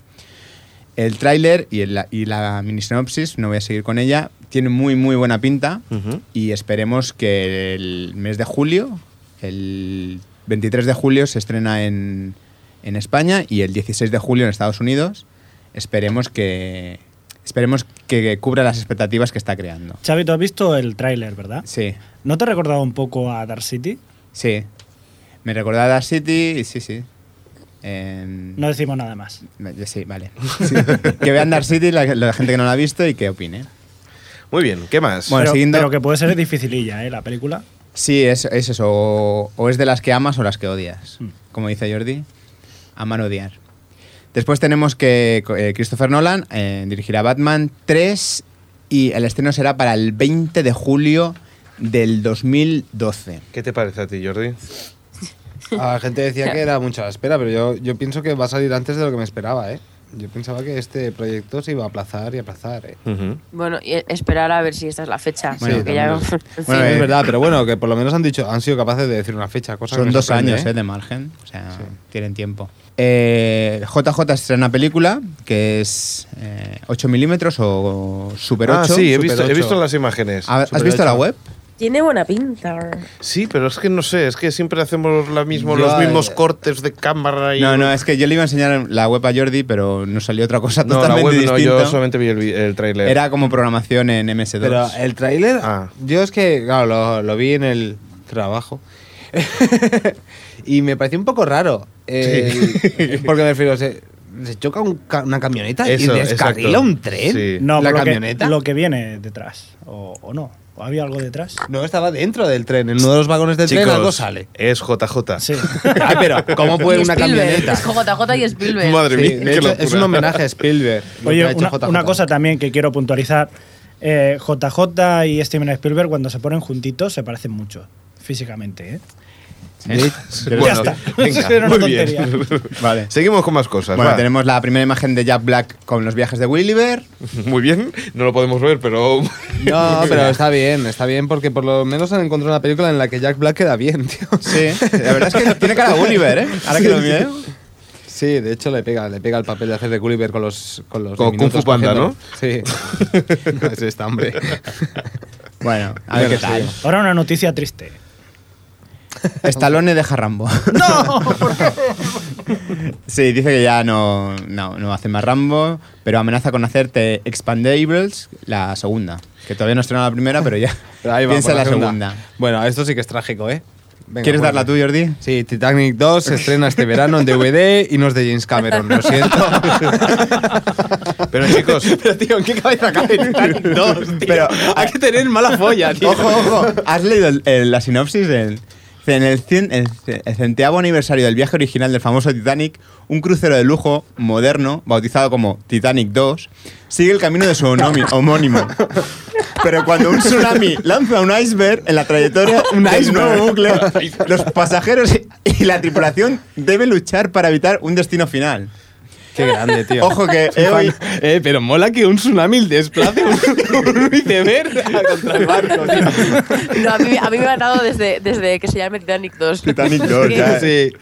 G: El tráiler y, el- y la mini sinopsis, no voy a seguir con ella, tiene muy muy buena pinta
C: Ujú.
G: y esperemos que el mes de julio, el 23 de julio se estrena en, en España y el 16 de julio en Estados Unidos. Esperemos que esperemos que cubra las expectativas que está creando.
E: Xavi, tú has visto el tráiler, ¿verdad?
G: Sí,
E: ¿No te ha recordado un poco a Dark City?
G: sí. Me recordaba Dark City y sí, sí. Em,
E: No decimos nada más.
G: me- Sí, vale. Sí. Que vean Dark City la, la gente que no la ha visto y que opine.
C: Muy bien, ¿qué más?
G: Bueno,
E: pero,
G: siguiendo-
E: pero que puede ser dificililla, ¿eh? La película.
G: Sí, es, es eso. O, o es de las que amas o las que odias.
C: Mm.
G: Como dice Jordi, amar o odiar. Después tenemos que eh, Christopher Nolan eh, dirigirá Batman 3 y el estreno será para el 20 de julio del 2012.
C: ¿Qué te parece a ti, Jordi?
H: Ah, La gente decía que era mucho a la espera, pero yo, yo pienso que va a salir antes de lo que me esperaba, ¿eh? Yo pensaba que este proyecto se iba a aplazar y aplazar, ¿eh?
C: Ujú.
F: Bueno, y e- esperar a ver si esta es la fecha.
G: Bueno,
F: sí, que ya-
H: también.
F: en
H: Sí,
G: Bueno,
F: fin.
G: eh,
H: es verdad, pero bueno, que por lo menos han dicho, han sido capaces de decir una fecha, cosa que
G: Son
H: me
G: dos
H: sorprende,
G: años
H: ¿eh?
G: eh, de margen, o sea, tienen tiempo. Eh, JJ estrena una película que es eh, 8 milímetros o Super 8.
C: ah, sí, he
H: Super
C: visto, he
H: ocho.
C: visto las imágenes.
G: ¿Ha- ¿Has
H: Super
G: visto la
H: 8.
G: web?
F: Tiene buena pinta.
C: Sí, pero es que no sé, es que siempre hacemos la mismo,
G: Yo-
C: los mismos cortes de cámara y...
G: No, no, es que yo le iba a enseñar la web a Jordi, pero no salió otra cosa
C: No, la
G: totalmente
C: web no,
G: distinta.
C: yo solamente vi el, vi- el tráiler.
G: Era como programación en MS2.
H: Pero eh, el tráiler,
C: Ah.
H: yo es que, claro, lo, lo vi en el trabajo. y me pareció un poco raro. eh, Porque me refiero, se, se choca un ca- una camioneta
C: Eso,
H: y descarrila
C: exacto.
H: un tren.
C: Sí.
E: No,
H: ¿La
E: lo que-
H: camioneta?
E: lo que viene detrás. O, o no. ¿O había algo detrás?
H: No, estaba dentro del tren, en uno de los vagones del
C: Chicos,
H: tren algo sale.
C: es JJ.
E: Sí.
H: Ay, pero, ¿cómo
F: Y
H: puede una
F: Spielberg,
H: camioneta?
F: Es JJ y Spielberg.
C: Madre
H: Sí,
C: mía,
H: de
C: qué
H: hecho,
C: locura.
H: es un homenaje a Spielberg. lo que ha
E: Oye,
H: hecho
E: una,
H: JJ.
E: una cosa también que quiero puntualizar. Eh, JJ y Steven Spielberg cuando se ponen juntitos se parecen mucho físicamente. ¿eh?
C: Bueno,
E: Ya está.
C: venga,
E: Era una
C: muy bien.
E: tontería.
G: Vale.
C: Seguimos con más cosas.
G: Bueno,
C: Pues va.
G: tenemos la primera imagen de Jack Black con los viajes de Williver.
C: Muy bien, no lo podemos ver, pero...
H: No, pero está bien, está bien porque por lo menos han encontrado una película en la que Jack Black queda bien, tío.
G: Sí, la verdad es que tiene cara de Gulliver, ¿eh? Ahora que lo miro.
H: Sí, de hecho le pega, le pega el papel de hacer de Gulliver con los con los
C: Con
H: diminutos
C: Kung Fu Panda, ¿no?
H: cogiendo. Sí. no, ese está, hombre.
G: Bueno, a ver qué
H: Bueno,
G: tal.
H: sí.
E: Ahora una noticia triste.
G: Stallone deja Rambo.
E: ¡No!
G: Sí, dice que ya no, no, no hace más Rambo, pero amenaza con hacerte Expandables, la segunda. Que todavía no estrenó la primera, pero ya
H: Pero ahí va,
G: piensa
H: por
G: en la
H: segunda.
G: segunda.
H: Bueno, esto sí que es trágico, ¿eh? Venga,
G: ¿Quieres
H: bueno.
G: darla tú, Jordi?
I: Sí, Titanic 2 se estrena este verano en DVD y no es de James Cameron, lo siento.
C: Pero chicos,
H: Pero, tío, ¿en qué cabeza cabe Titanic 2, tío?
G: Pero-
H: hay que tener mala folla, tío.
G: Ojo, ojo. ¿Has leído el- el- la sinopsis del... dice, En el, cien- el ce- el centeavo aniversario del viaje original del famoso Titanic, un crucero de lujo moderno, bautizado como Titanic 2, sigue el camino de su honomi- homónimo. Pero cuando un tsunami lanza un iceberg en la trayectoria del nuevo bucle, los pasajeros y la tripulación deben luchar para evitar un destino final.
I: Qué grande, tío.
G: Ojo que he oído-
I: Eh, pero mola que un tsunami desplace un, un iceberg contra el barco.
F: No, a mí, a mí me ha dado desde, desde que se llame Titanic 2.
G: Titanic 2,
F: Que-
G: ya.
I: Sí.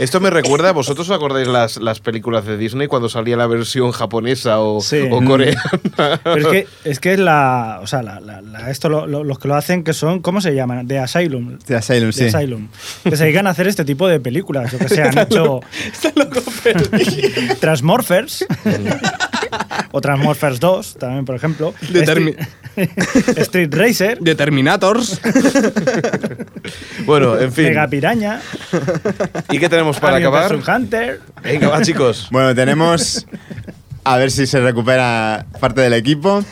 C: esto me recuerda, ¿vosotros os acordáis las, las películas de Disney cuando salía la versión japonesa o,
E: Sí. Mm.
C: o coreana?
E: Pero es que es que es la, o sea, la, la- la- esto lo- lo- los que lo hacen que son, ¿cómo se llaman? De Asylum.
G: De Asylum,
E: de
G: sí.
E: Asylum, que se dedican a hacer este tipo de películas, o que se han hecho Transmorphers o Transmorphers 2, también por ejemplo,
I: De
E: Street, Street Racer,
I: De Terminators.
C: bueno, en fin.
E: Mega Piraña,
C: ¿Y qué tenemos para
E: Alien
C: acabar?
E: vs. Hunter,
C: Venga, va, chicos.
G: Bueno, tenemos. A ver si se recupera parte del equipo.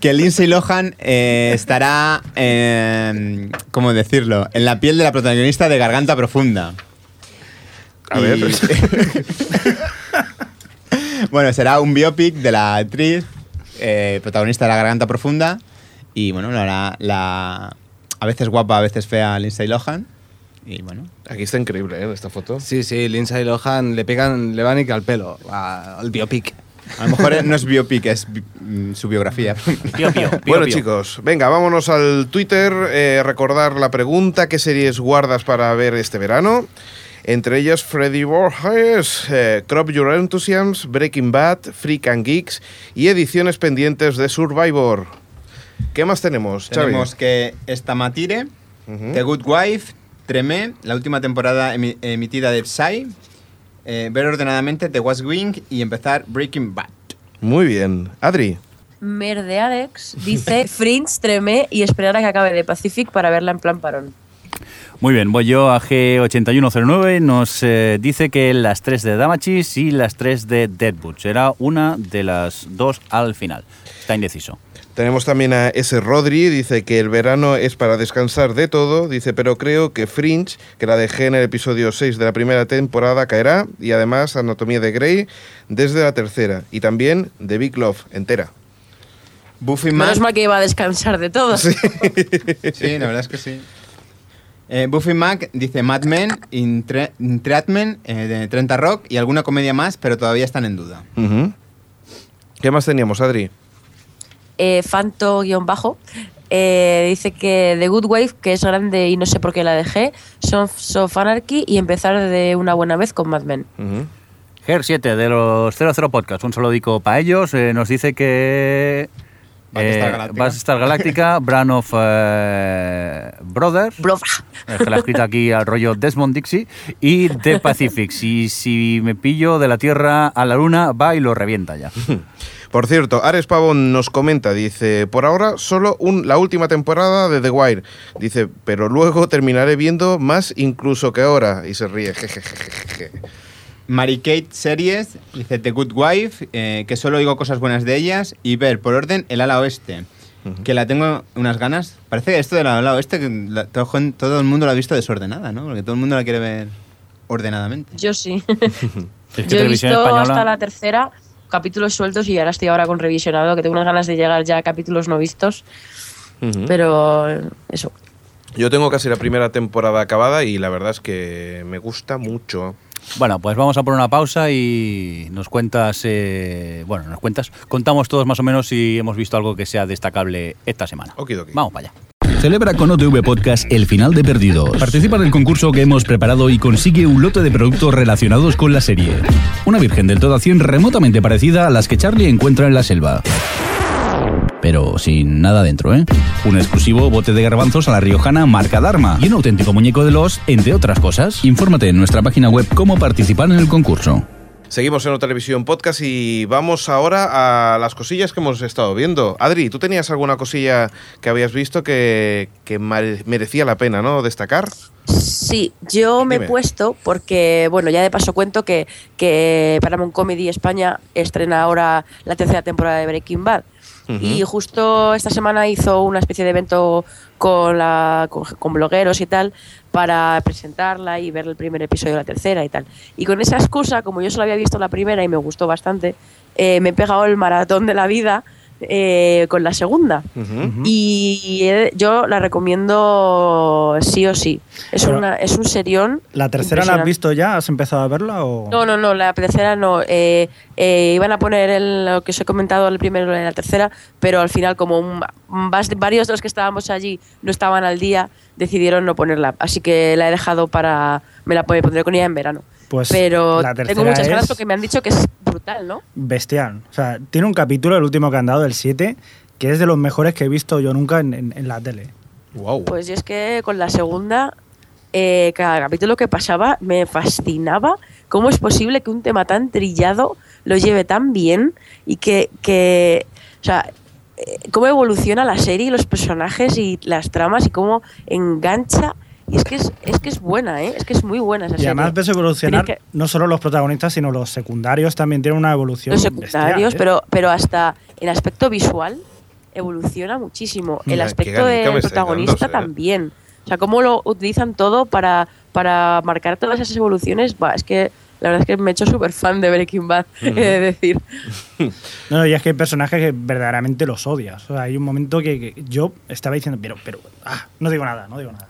G: Que Lindsay Lohan eh, estará. eh, ¿Cómo decirlo? En la piel de la protagonista de Garganta Profunda.
C: A ver.
G: Bueno, será un biopic de la actriz eh, protagonista de La Garganta Profunda. Y bueno, la, hará la a veces guapa, a veces fea Lindsay Lohan. Y bueno,
C: Aquí está increíble, ¿eh? Esta foto.
H: Sí, sí, Lindsay Lohan le pegan, le van y que al pelo, a- al biopic.
G: a lo mejor no es biopic, es bi- mm, su biografía.
D: Pío, pío, pío,
C: Bueno,
D: pío.
C: chicos, venga, vámonos al Twitter. eh, recordar la pregunta: ¿qué series guardas para ver este verano? Entre ellas Freddy Borges, eh, Crop Your Enthusiasms, Breaking Bad, Freak and Geeks y ediciones pendientes de Survivor. ¿Qué más tenemos, Xavi?
G: Tenemos que Estamatire,
C: Ujú.
G: The Good Wife, Tremé, la última temporada emi- emitida de Psy, eh, ver ordenadamente The West Wing y empezar Breaking Bad.
C: Muy bien. Adri.
F: Merdeadex dice Fringe, Tremé y esperar a que acabe de Pacific para verla en plan parón.
D: Muy bien, voy yo a G8109. Nos eh, dice que las tres de Damachis y las tres de Deadwood. Será una de las dos al final. Está indeciso.
C: Tenemos también a S. Rodri, dice que el verano es para descansar de todo, dice, pero creo que Fringe, que la dejé en el episodio 6 de la primera temporada, caerá, y además Anatomía de Grey desde la tercera, y también The Big Love entera.
G: Buffy
F: Menos
G: Mac.
F: mal que iba a descansar de todo.
G: Sí, la verdad es que sí. Eh, Buffy Mac dice Mad Men, Intre- Entrapment, eh, de 30 Rock y alguna comedia más, pero todavía están en duda.
C: Ujú. ¿Qué más teníamos, Adri?
F: Eh, Fanto-bajo eh, dice que The Good Wave, que es grande y no sé por qué la dejé, Sons of Anarchy y empezar de una buena vez con Mad Men.
C: Ujú.
D: GER 7 de los 00 Podcast, un solo dico para ellos, eh, nos dice que. eh,
G: Battlestar Galactica.
D: Battlestar Galactica, Bran of eh, Brothers,
F: Brofa.
D: eh, que la ha escrito aquí al rollo Desmond Dixie, y The Pacific. Si, si me pillo de la Tierra a la Luna, va y lo revienta ya.
C: Por cierto, Ares Pavón nos comenta, dice, por ahora solo un- la última temporada de The Wire, dice, pero luego terminaré viendo más incluso que ahora, y se ríe, jejejejeje.
G: Mary Kate Series dice The Good Wife, eh, que solo digo cosas buenas de ellas, y ver por orden el ala oeste, que la tengo unas ganas. Parece que esto del ala oeste, que la- todo, gen- todo el mundo lo ha visto desordenada, ¿no? Porque todo el mundo la quiere ver ordenadamente.
F: Yo sí.
D: Es que
F: Yo he visto
D: Televisión Española-
F: hasta la tercera capítulos sueltos y ahora estoy ahora con revisionado, que tengo unas ganas de llegar ya a capítulos no vistos,
D: ¿Mm?
C: Ujú.
F: pero eh, eso.
C: Yo tengo casi la primera temporada acabada y la verdad es que me gusta mucho.
D: Bueno, pues vamos a por una pausa y nos cuentas, eh, bueno, nos cuentas, contamos todos más o menos si hemos visto algo que sea destacable esta semana.
C: Okidoki.
D: Vamos para allá.
A: Celebra con OTV Podcast el final de Perdidos. Participa del concurso que hemos preparado y consigue un lote de productos relacionados con la serie. Una virgen del todo a 100 remotamente parecida a las que Charlie encuentra en la selva. Pero sin nada dentro, ¿eh? Un exclusivo bote de garbanzos a la riojana marca Dharma y un auténtico muñeco de los, entre otras cosas. Infórmate en nuestra página web cómo participar en el concurso.
C: Seguimos en otra televisión podcast y vamos ahora a las cosillas que hemos estado viendo. Adri, ¿tú tenías alguna cosilla que habías visto que, que mare- merecía la pena, ¿no? Destacar.
F: Sí, yo me he
C: Dime.
F: puesto porque, bueno, ya de paso cuento que, que Paramount Comedy España estrena ahora la tercera temporada de Breaking Bad. Y justo esta semana hizo una especie de evento con, la, con, con blogueros y tal para presentarla y ver el primer episodio de la tercera y tal. Y con esa excusa, como yo solo había visto la primera y me gustó bastante, eh, me he pegado el maratón de la vida eh, con la segunda.
C: Ujú.
F: Y eh, yo la recomiendo sí o sí. Es,
E: Pero-
F: una, es un serión.
E: ¿La tercera la has
F: impresionante.
E: visto ya? ¿Has empezado a verla? O...
F: No, no, no, la tercera no. Eh, eh, iban a poner el- lo que os he comentado el primero en la tercera, pero al final, como un- vas- varios de los que estábamos allí no estaban al día, decidieron no ponerla. Así que la he dejado para. Me la pon- pondré con ella en verano.
E: Pues
F: pero
E: la
F: tengo
E: tercera
F: muchas ganas
E: es-
F: porque me han dicho que es brutal, ¿no?
E: Bestial. O sea, tiene un capítulo, el último que han dado, el 7, que es de los mejores que he visto yo nunca en, en- en la tele.
C: Wow.
F: Pues yo es que con la segunda, eh, cada capítulo que pasaba me fascinaba cómo es posible que un tema tan trillado lo lleve tan bien y que, que o sea, eh, cómo evoluciona la serie y los personajes y las tramas y cómo engancha. Y es que es, es que es buena, ¿eh? Es que es muy buena esa
E: Y además
F: serie.
E: ves evolucionar
F: Pero es que-
E: no solo los protagonistas, sino los secundarios también tienen una evolución.
F: Los
E: bestial,
F: secundarios,
E: ¿eh?
F: pero, pero hasta el aspecto visual evoluciona muchísimo. El
C: Mira, qué
F: aspecto
C: ganica me
F: del
C: estáis
F: protagonista
C: dando, ¿eh?
F: también. O sea, cómo lo utilizan todo para, para marcar todas esas evoluciones. Buah, es que la verdad es que me he hecho súper fan de Breaking Bad, he de decir.
E: No, no, y es que hay personajes que verdaderamente los odias. O sea, hay un momento que, que yo estaba diciendo, pero, pero, ah, no digo nada, no digo nada.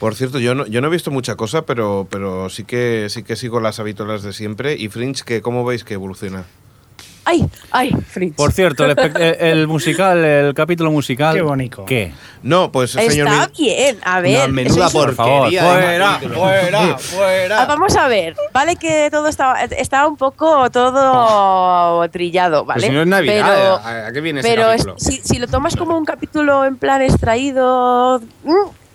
C: Por cierto, yo no, yo no he visto mucha cosa, pero, pero sí que sí que sigo las habituales de siempre. Y Fringe, que ¿cómo veis que evoluciona?
F: ¡Ay! ¡Ay! Fringe.
D: Por cierto, el, espect- el- el musical, el capítulo musical.
E: Qué bonito.
D: ¿Qué?
C: No, pues señor.
F: Está
C: Mil-
F: bien, a ver. eso
G: menuda
F: es-
D: Por favor.
G: Porquería de
D: Fuera,
G: capítulo.
D: fuera, fuera.
F: Ah, Vamos a ver, vale que todo estaba, estaba un poco todo trillado, ¿vale?
H: Pero Oh. Pues si no es Navidad,
F: Pero-
H: ¿a, a qué viene ese
F: Pero es-
H: capítulo?
F: si, si lo tomas como un capítulo en plan extraído, mm,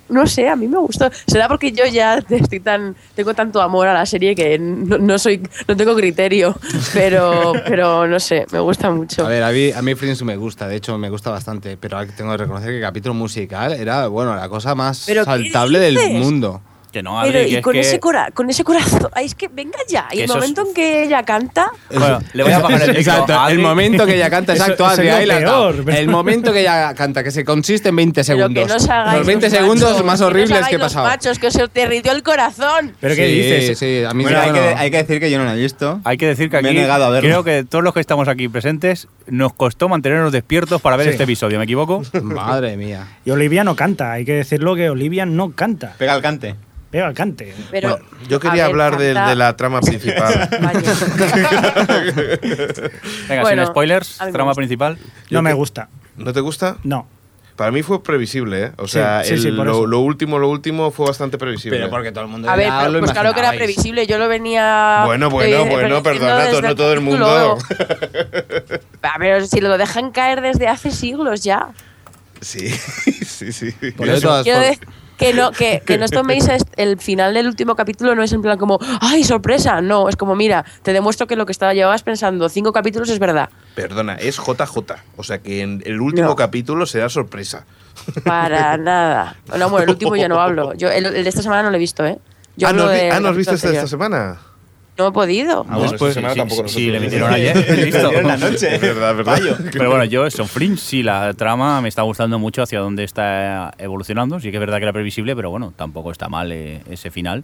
F: no sé, a mí me gustó. Será porque yo ya te- estoy tan, tengo tanto amor a la serie que no, no soy, no tengo criterio, pero, pero no sé, me gusta mucho.
H: A ver, a mí, a mí Friends me gusta, de hecho me gusta bastante, pero tengo que reconocer que el capítulo musical era, bueno, la cosa más
F: ¿Pero qué
H: saltable del
F: dices?
H: mundo.
D: Que no, Adri,
F: pero
D: que
F: y
D: es
F: con
D: que-
F: ese, cora- con ese corazón, ay, es que venga ya,
D: Que
F: y el
D: eso es-
F: momento en que ella canta,
D: Bueno, le voy a bajar el micro
H: Exacto,
D: a
H: el
D: Adri.
H: momento que ella canta,
E: Eso-
H: exacto,
E: eso
H: Adri,
E: es lo
H: ahí la has dado.
E: peor, pero-
H: El momento que ella canta, que se consiste en 20
F: pero
H: segundos.
F: que no os hagáis
H: Los 20
F: los
H: segundos
F: machos, que
H: más
F: no os
H: horribles
F: hagáis
H: que he
F: los
H: pasado.
F: machos, que se te rindió el corazón.
E: Pero ¿qué
H: Sí,
E: dices?
H: Sí, a mí
G: Bueno, hay,
H: bueno,
G: que, hay que decir que yo no la he visto.
D: Hay que decir que aquí
G: Me he negado a verlo.
D: creo que todos los que estamos aquí presentes nos costó mantenernos despiertos para ver este episodio, ¿me equivoco?
H: Madre mía.
E: Y Olivia no canta, hay que decirlo que Olivia no canta.
G: Pega al cante.
E: Pega al cante.
F: Pero,
C: Bueno, yo
F: a
C: quería
F: ver,
C: hablar de,
F: canta-
C: de la trama principal.
F: Vale.
D: Venga,
F: Bueno,
D: sin spoilers,
F: a mí me
D: trama
F: gusta.
D: principal.
E: No me
C: que-
E: gusta,
C: ¿No te gusta?
E: no.
C: Para mí fue previsible, ¿eh? O
E: Sí,
C: sea,
E: sí, sí,
C: el-
E: por
C: lo,
E: eso.
C: lo último, lo último fue bastante previsible.
H: Pero porque todo el mundo
F: A ver,
H: ya
F: pero,
H: lo
F: pues claro que era
H: imaginabais.
F: previsible, yo lo venía.
C: Bueno, bueno,
F: eh,
C: bueno,
F: prediciendo
C: perdona,
F: desde
C: no todo el
F: capítulo
C: mundo.
F: uno. A ver, si lo dejan caer desde hace siglos ya.
C: Sí, sí, sí.
H: Yo de todas
F: Quiero
H: formas-
F: decir que no, que, que no os toméis est- el final del último capítulo, no es en plan como, ¡ay, sorpresa! No, es como, mira, te demuestro que lo que estaba llevabas pensando cinco capítulos es verdad.
C: Perdona, es JJ. O sea que en el último
F: No.
C: capítulo será sorpresa.
F: Para nada. No, bueno, el último yo no hablo. Yo, el, el de esta semana no lo he visto, ¿eh? Yo
C: ah,
F: hablo
C: ¿no, has vi-
F: del
C: ah, ¿no has
F: capítulo
C: visto este de
F: anterior.
C: esta semana?
F: No he podido.
C: Ah, bueno,
D: Después-
C: esta semana
D: sí,
C: tampoco
D: sí, sí, le
C: nosotros.
D: metieron ayer. Listo.
C: Es verdad, verdad.
D: Pero bueno, yo, eso, Fringe, sí, la trama me está gustando mucho hacia dónde está evolucionando. Sí que es verdad que era previsible, pero bueno, tampoco está mal eh, ese final.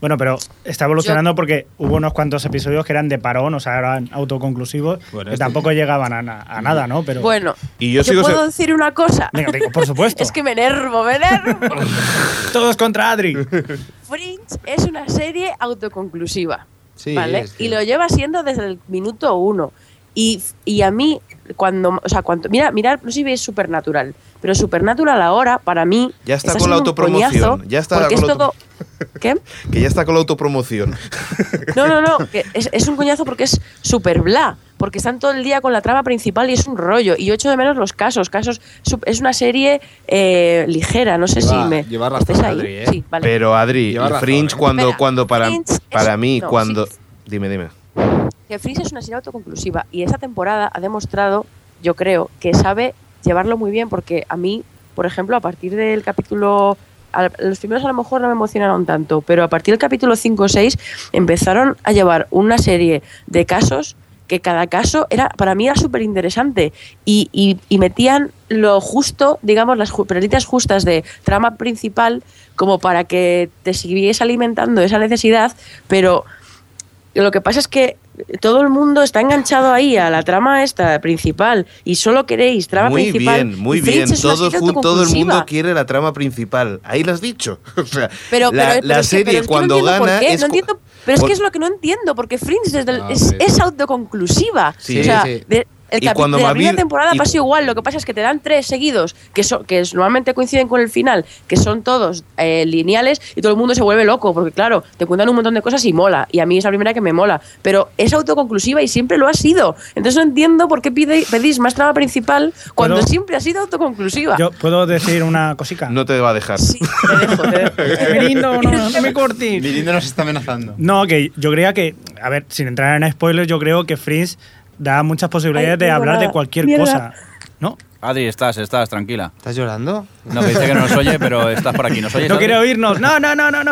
E: Bueno, pero está evolucionando porque hubo unos cuantos episodios que eran de parón, o sea, eran autoconclusivos,
H: Bueno,
E: que
H: este-
E: tampoco llegaban a, na- a nada, ¿no? Pero
F: Bueno,
C: Y yo sigo
F: puedo
C: se-
F: decir una cosa.
E: Venga, digo, por supuesto.
F: es que me enervo, me enervo.
E: todos contra Adri.
F: Fringe es una serie autoconclusiva.
H: Sí,
F: ¿vale?
H: es que-
F: Y lo lleva siendo desde el minuto uno. Y, y a mí, cuando. O sea, cuando. Mira, mira, no sé si veis Supernatural, pero Supernatural ahora, para mí.
C: Ya está con la
F: siendo un
C: autopromoción,
F: coñazo,
C: ya está
F: porque
C: con
F: es
C: la auto-
F: todo- ¿Qué?
C: Que ya está con la autopromoción.
F: No, no, no, que es, es un coñazo porque es súper bla, porque están todo el día con la trama principal y es un rollo. Y yo echo de menos los casos, casos sup- es una serie eh, ligera, no sé
H: Lleva-
F: si me...
H: lleva razón,
F: ¿estáis ahí?
H: Adri, ¿eh?
F: Sí, vale.
C: Pero Adri,
H: Lleva razón,
C: Fringe
H: ¿eh?
C: cuando,
F: Espera,
C: cuando para,
F: Fringe es-
C: para mí,
F: no,
C: cuando...
F: sí.
C: Dime, dime.
F: Jeffries es una serie autoconclusiva y esta temporada ha demostrado, yo creo, que sabe llevarlo muy bien porque a mí, por ejemplo, a partir del capítulo... al- Los primeros a lo mejor no me emocionaron tanto, pero a partir del capítulo 5 o 6 empezaron a llevar una serie de casos que cada caso era para mí era súper interesante y, y- y metían lo justo, digamos, las ju- perlitas justas de trama principal como para que te siguiese alimentando esa necesidad, pero lo que pasa es que todo el mundo está enganchado ahí a la trama esta principal y solo queréis trama
C: muy
F: principal.
C: bien, muy
F: Y Fringe
C: bien.
F: es una
C: Todo,
F: serie
C: jun- todo el mundo
F: autoconclusiva.
C: quiere la trama principal. Ahí lo has dicho. O sea,
F: Pero,
C: la,
F: pero-
C: la
F: pero es que-
C: serie
F: pero es que no
C: cuando
F: entiendo por
C: gana
F: qué,
C: es
F: no
C: cu-
F: entiendo- pero es
C: por- Ah,
F: que es lo que no entiendo, porque Fringe desde el-
H: A
F: es,
H: ver.
F: es autoconclusiva.
C: Sí,
F: o sea,
H: sí.
F: de- el
C: Y
F: capi-
C: cuando
F: de la
C: Mavi-
F: primera temporada
C: y-
F: pasa igual, lo que pasa es que te dan tres seguidos, que, son que es- normalmente coinciden con el final, que son todos eh, lineales y todo el mundo se vuelve loco, porque claro, te cuentan un montón de cosas y mola, y a mí es la primera que me mola, pero es autoconclusiva y siempre lo ha sido. Entonces no entiendo por qué pide- pedís más trama principal cuando
E: Pero-
F: siempre ha sido autoconclusiva.
E: Yo puedo decir una cosica. Eh,
C: No te va a dejar.
F: Sí, te dejo, te dejo.
E: Mirindo, no, no me cortes.
G: Mirindo nos está amenazando.
E: No, que yo creía que, a ver, sin entrar en spoilers, yo creo que Fringe da muchas posibilidades
F: Ay,
E: de
F: qué
E: hablar de
F: mierda,
E: cualquier
F: mierda.
E: cosa. ¿No?
D: Adri, estás, estás, tranquila.
H: ¿Estás llorando?
D: No, que dice que no nos oye, pero estás por aquí. ¿Nos oyes?
E: No
D: Adri?
E: quiere oírnos. No, no, no, no, no.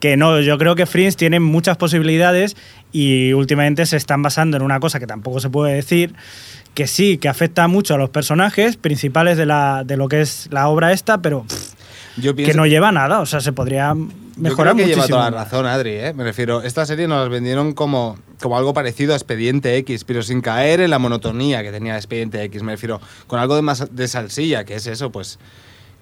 E: Que no, yo creo que Fringe tiene muchas posibilidades y últimamente se están basando en una cosa que tampoco se puede decir, que sí, que afecta mucho a los personajes principales de, la, de lo que es la obra esta, pero pff,
H: Yo pienso
E: que no lleva a nada. O sea, se podría mejorar
H: Yo creo que
E: muchísimo.
H: lleva toda la razón, Adri, ¿eh? Me refiero, esta serie nos la vendieron como, como algo parecido a Expediente X, pero sin caer en la monotonía que tenía Expediente X. Me refiero, con algo de más de salsilla, que es eso, pues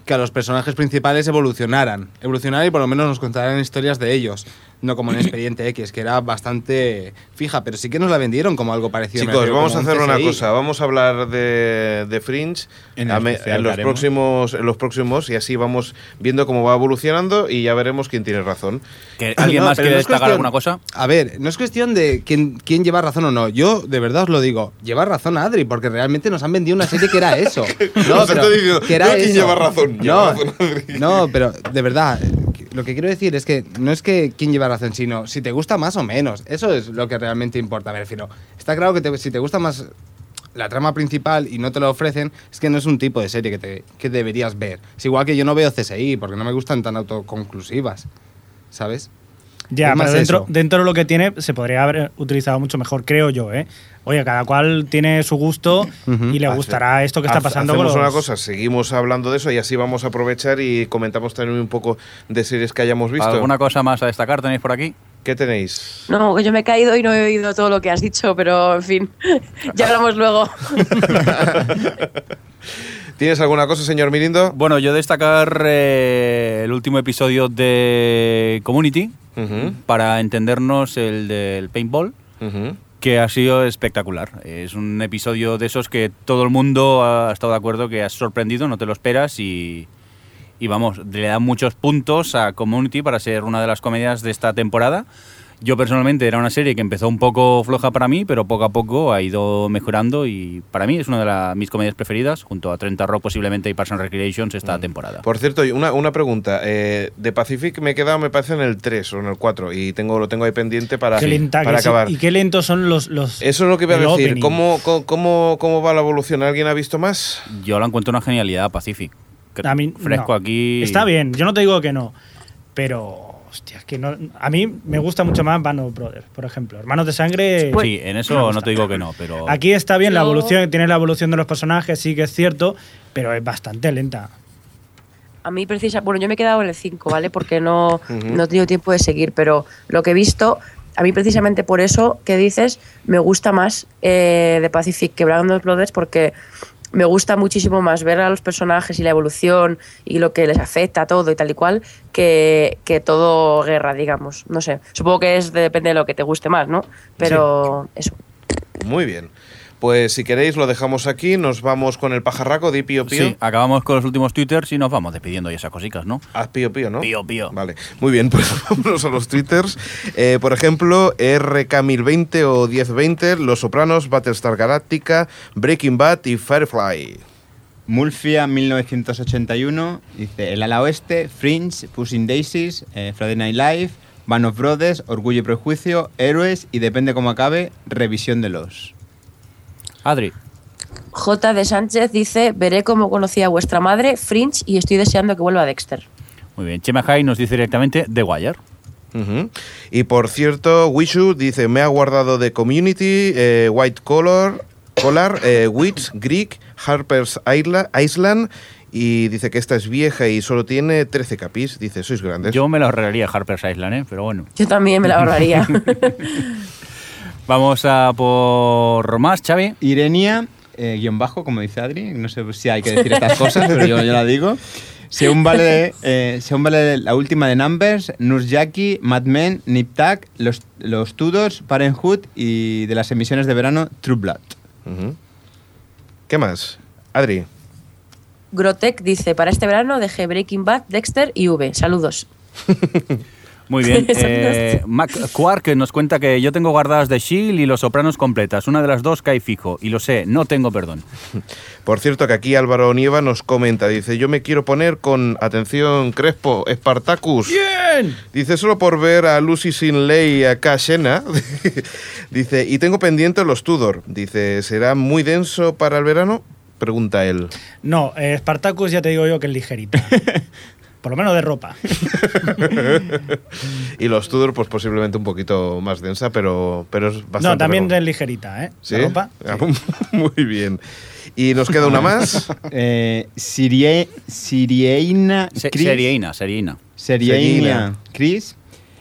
H: que a los personajes principales evolucionaran. Evolucionaran y por lo menos nos contaran historias de ellos. No como en Expediente X, que era bastante fija, pero sí que nos la vendieron como algo parecido. me
C: Chicos,
H: refiero,
C: vamos a
H: como un
C: hacer una
H: CSI.
C: cosa. Vamos a hablar de, de Fringe
G: En
C: a
G: el
C: me-
G: especial
C: en
G: que
C: los
G: haremos.
C: próximos, en los próximos y así vamos viendo cómo va evolucionando y ya veremos quién tiene razón.
D: ¿Que ¿Alguien
H: No,
D: más
H: pero
D: quiere
H: no es
D: destacar
H: cuestión-
D: alguna cosa?
H: A ver, no es cuestión de quién, quién lleva razón o no. Yo, de verdad os lo digo, lleva razón Adri, porque realmente nos han vendido una serie que era eso.
C: O sea,
H: pero
C: estoy diciendo, no, ¿quién lleva razón? Lleva
H: No,
C: razón Adri.
H: no, pero de verdad, lo que quiero decir es que no es que quién lleva razón, sino si te gusta más o menos. Eso es lo que realmente importa. Me refiero, está claro que te- si te gusta más la trama principal y no te la ofrecen, es que no es un tipo de serie que, te- que deberías ver. Es igual que yo no veo CSI, porque no me gustan tan autoconclusivas, ¿sabes?
E: Ya,
H: Es más
E: pero dentro,
H: eso.
E: dentro de lo que tiene se podría haber utilizado mucho mejor, creo yo, ¿eh? Oye, cada cual tiene su gusto y le
C: Hace-
E: gustará esto que
C: Ah,
E: está
C: Haz-
E: pasando con
C: hacemos
E: los...
C: una cosa, seguimos hablando de eso y así vamos a aprovechar y comentamos también un poco de series que hayamos visto.
D: ¿Alguna cosa más a destacar tenéis por aquí?
C: ¿Qué tenéis?
F: No, que yo me he caído y no he oído todo lo que has dicho, pero en fin, ya hablamos luego.
C: ¿Tienes alguna cosa, señor Mirindo?
D: Bueno, yo destacar eh, el último episodio de Community
H: ¿Mm?
C: Ujú,
D: para entendernos el del paintball.
C: ujú.
D: que ha sido espectacular. Es un episodio de esos que todo el mundo ha estado de acuerdo que has sorprendido, no te lo esperas y, y vamos, le da muchos puntos a Community para ser una de las comedias de esta temporada. Yo personalmente era una serie que empezó un poco floja para mí, pero poco a poco ha ido mejorando y para mí es una de la- mis comedias preferidas, junto a 30 Rock posiblemente y Parks and Recreations esta
E: Mm.
D: temporada.
C: Por cierto, y una, una pregunta. eh, de Pacific me he quedado, me parece, en el 3 o en el 4 y tengo, lo tengo ahí pendiente para,
E: Qué lenta,
C: para
E: que sí,
C: acabar.
E: Y qué lentos son los... los
C: Eso es lo que iba a
E: el
C: decir.
E: opening.
C: ¿Cómo, cómo- cómo, cómo va la evolución? ¿Alguien ha visto más?
D: Yo la encuentro una genialidad, Pacific. Que
E: A mí,
D: fresco
E: no.
D: aquí.
E: Está bien, yo no te digo que no, pero... Hostia, es que no... A mí me gusta mucho más Band of Brothers, por ejemplo. Hermanos de Sangre...
D: Sí, pues, en
E: me
D: eso
E: gusta.
D: no te digo que no, pero...
E: Aquí está bien la
F: Yo-
E: evolución, tiene la evolución de los personajes, sí que es cierto, pero es bastante lenta.
F: A mí precisa, bueno, yo me he quedado en el 5, ¿vale? Porque no, no he tenido tiempo de seguir, pero lo que he visto, a mí precisamente por eso que dices, me gusta más eh, The Pacific que Brand of Brothers porque me gusta muchísimo más ver a los personajes y la evolución y lo que les afecta todo y tal y cual que, que todo guerra, digamos. No sé, supongo que es depende de lo que te guste más, ¿no? Pero eso.
C: Muy bien. Pues si queréis lo dejamos aquí, nos vamos con el pajarraco de Pío Pío.
D: Sí, acabamos con los últimos twitters y nos vamos despidiendo y esas cositas, ¿no?
C: Ah, Pío Pío, ¿no?
D: Pío Pío.
C: Vale, muy bien, pues vámonos a los twitters. Eh, por ejemplo, RK1020 o 1020, Los Sopranos, Battlestar Galactica, Breaking Bad y Firefly.
G: Mulfia 1981 dice El ala oeste, Fringe, Pushing Daisies, eh, Friday Night Live, Van of Brothers, Orgullo y Prejuicio, Héroes y depende cómo acabe, Revisión de los.
D: Adri.
J: J. de Sánchez dice, veré cómo conocí a vuestra madre, Fringe, y estoy deseando que vuelva Dexter.
D: Muy bien. Chema Jai nos dice directamente The Wire.
C: Ujú. Y por cierto, Wishu dice, me ha guardado de Community, eh, White Collar, Collar eh, Witch, Greek, Harper's Isla- Island, y dice que esta es vieja y solo tiene 13 capis. Dice, sois grandes.
D: Yo me lo arreglaría Harper's Island, ¿eh? pero bueno.
J: Yo también me la ahorraría.
D: Vamos a por más, Xavi.
G: Irenia, eh, guión bajo, como dice Adri, no sé si hay que decir estas cosas, pero yo, yo la digo. Según vale, eh, según vale la última de Numbers, Nurjaki, Mad Men, Nip Tuck, los, los Tudors, Parenthood y de las emisiones de verano, True Blood.
C: Ujú. ¿Qué más? Adri.
J: Grotec dice, para este verano dejé Breaking Bad, Dexter y V. Saludos.
D: Muy bien.
J: Eso
D: Eh, Mac Quark nos cuenta que yo tengo guardadas The Shield y Los Sopranos completas. Una de las dos cae fijo. Y lo sé, no tengo perdón.
C: Por cierto, que aquí Álvaro Nieva nos comenta, dice, yo me quiero poner con, atención, Crespo, Spartacus. Dice, solo por ver a Lucy sin ley y a Kashena. dice, y tengo pendiente los Tudor. Dice, ¿será muy denso para el verano? Pregunta él.
E: No, eh, Spartacus ya te digo yo que es ligerita. Por lo menos de ropa.
C: Y los Tudor, pues posiblemente un poquito más densa, pero, pero es bastante...
E: no, también
C: recom-
E: es ligerita, ¿eh?
C: ¿Sí?
E: La ropa.
C: Ah, Muy bien. Y nos queda una más.
G: Eh, Sirie, Sirieina,
D: Se-
G: Chris-
D: Serieina, Serieina.
G: Serieina,
C: Serieina.
G: Chris.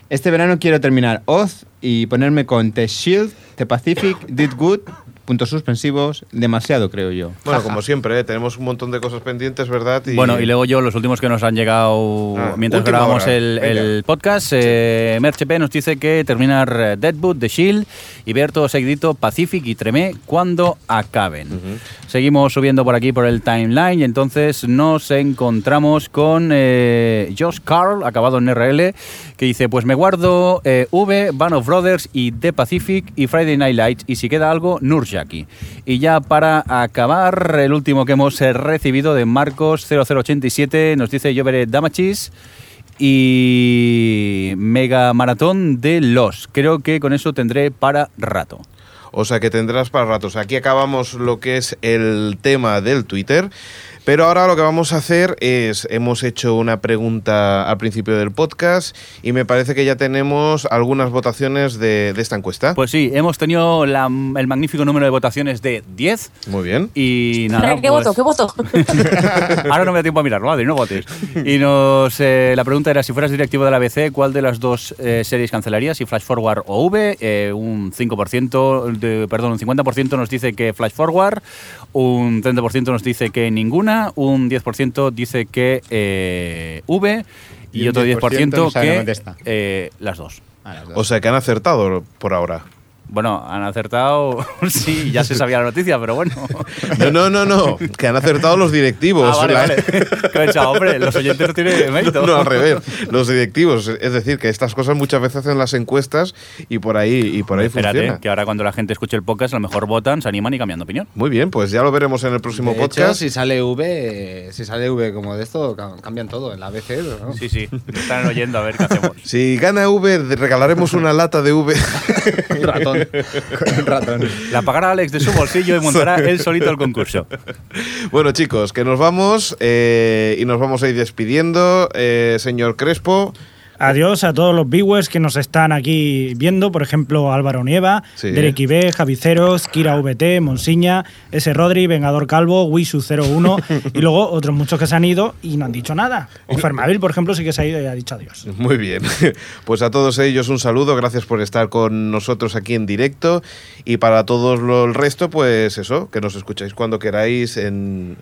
G: Este verano quiero terminar Oz y ponerme con The Shield, The Pacific, Did Good, puntos suspensivos, demasiado creo yo.
C: Bueno, como siempre, ¿eh? tenemos un montón de cosas pendientes, ¿verdad? Y-
D: Bueno, y luego yo, los últimos que nos han llegado
C: Ah,
D: mientras
C: última
D: grabamos
C: hora.
D: el,
C: Venga.
D: el podcast, eh, Merche P nos dice que terminar eh, Deadwood, The Shield y ver todo seguidito Pacific y Tremé cuando acaben. Seguimos subiendo por aquí por el timeline y entonces nos encontramos con eh, Josh Carl, acabado en RL, que dice, pues me guardo eh, V, Band of Brothers y The Pacific y Friday Night Lights y si queda algo, Nurjaki. Y ya para acabar, el último que hemos eh, recibido de Marcos 0087 nos dice, yo veré Damachis y Mega Maratón de Los. Creo que con eso tendré para rato.
C: O sea que tendrás para ratos. Aquí acabamos lo que es el tema del Twitter. Pero ahora lo que vamos a hacer es, hemos hecho una pregunta al principio del podcast y me parece que ya tenemos algunas votaciones de, de esta encuesta.
D: Pues sí, hemos tenido la- el magnífico número de votaciones de 10
C: Muy bien.
D: y nada.
J: ¿Qué
D: pues-
J: voto? ¿Qué voto?
D: Ahora no me da tiempo a mirarlo, Adri, no votes. Y nos, eh, la pregunta era, si fueras directivo de la ABC, ¿cuál de las dos eh, series cancelarías? Si Flash Forward o V, Eh, un 5%, de- perdón, un 50% nos dice que Flash Forward, un 30% nos dice que ninguna, un 10% dice que eh, V y,
G: Y un
D: otro 10%,
G: 10% no sabe, no
D: que
G: contesta.
D: eh, las dos.
C: O sea que han acertado por ahora.
D: Bueno, han acertado, sí, ya se sabía la noticia, pero bueno.
C: No, no, no, no. Que han acertado los directivos.
D: Ah, vale,
C: La-
D: vale. Que he pensado, hombre, los oyentes no tienen mérito.
C: No, no, al revés. Los directivos. Es decir, que estas cosas muchas veces hacen las encuestas y por ahí, y por ahí
D: Espérate,
C: funciona.
D: que ahora cuando la gente escuche el podcast, a lo mejor votan, se animan y cambian de opinión.
C: Muy bien, pues ya lo veremos en el próximo
H: De hecho,
C: podcast.
H: si sale V, eh, si sale V como de esto, ca- cambian todo, el ABC, ¿no?
D: Sí, sí, lo están oyendo a ver qué hacemos.
C: Si gana V, regalaremos una lata de V.
G: ratón. ratón.
D: La pagará Alex de su bolsillo y montará él solito el concurso.
C: Bueno, chicos, que nos vamos eh, y nos vamos a ir despidiendo. Eh, señor Crespo,
E: Adiós a todos los viewers que nos están aquí viendo, por ejemplo, Álvaro Nieva,
C: Sí.
E: Derek Ibé, Javiceros, Kira VT, Monsiña, S. Rodri, Vengador Calvo, Wisu01 y luego otros muchos que se han ido y no han dicho nada. Infermabil, por ejemplo, sí que se ha ido y ha dicho adiós.
C: muy bien. Pues a todos ellos un saludo, gracias por estar con nosotros aquí en directo. Y para todos lo- el resto, pues eso, que nos escucháis cuando queráis en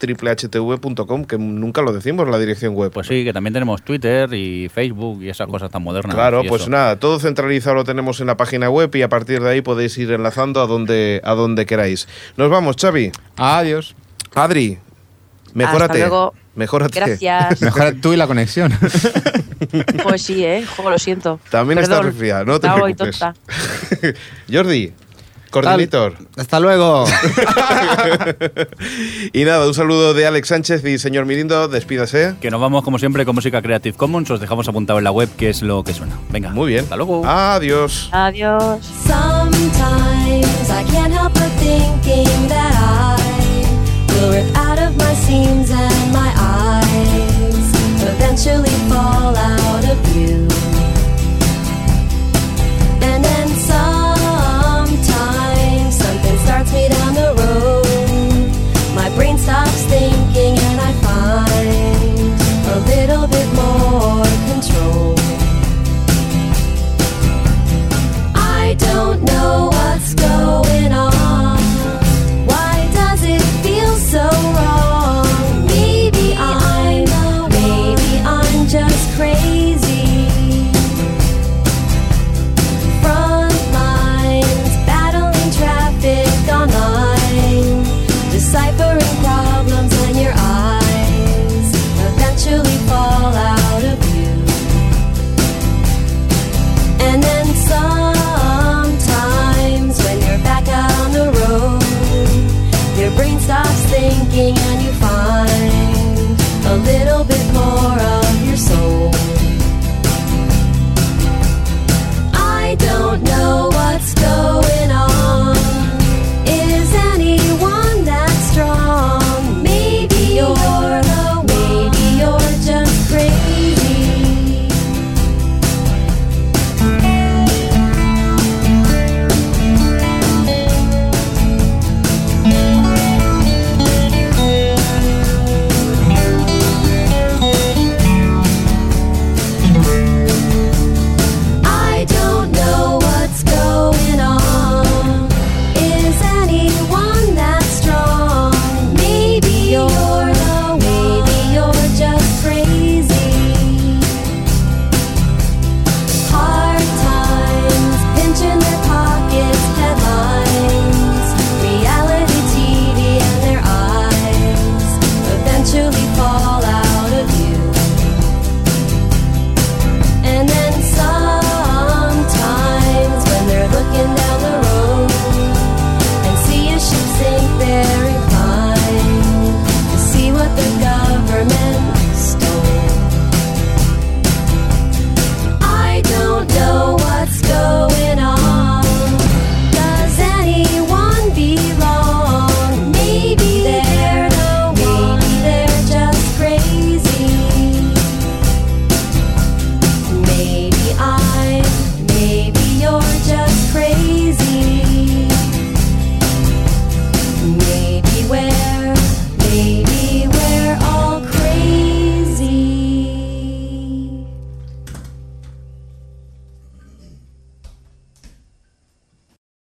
C: www.ohtv.com, que nunca lo decimos la dirección web.
D: Pues sí, que también tenemos Twitter y Facebook y esas cosas tan modernas.
C: Claro,
D: y
C: pues
D: eso.
C: nada, todo centralizado lo tenemos en la página web y a partir de ahí podéis ir enlazando a donde, a donde queráis. Nos vamos, Xavi.
G: Adiós.
C: Adri, mejórate.
J: Hasta luego.
C: Mejórate.
J: Gracias.
G: Mejora tú y la conexión.
J: Pues sí, ¿eh? Jo, lo siento.
C: También
J: Perdón.
C: está resfriada, no te
J: Estaba hoy
C: preocupes.
J: tonta.
C: Jordi, Coordinator.
H: Hasta luego.
C: y nada, un saludo de Alex Sánchez y señor Mirindo, despídase.
D: Que nos vamos, como siempre, con música Creative Commons. Os dejamos apuntado en la web qué es lo que suena. Venga.
C: Muy bien.
D: Hasta luego.
C: Adiós.
F: Adiós.
B: Sometimes I can't help but thinking that I will rip out of my seams and my eyes.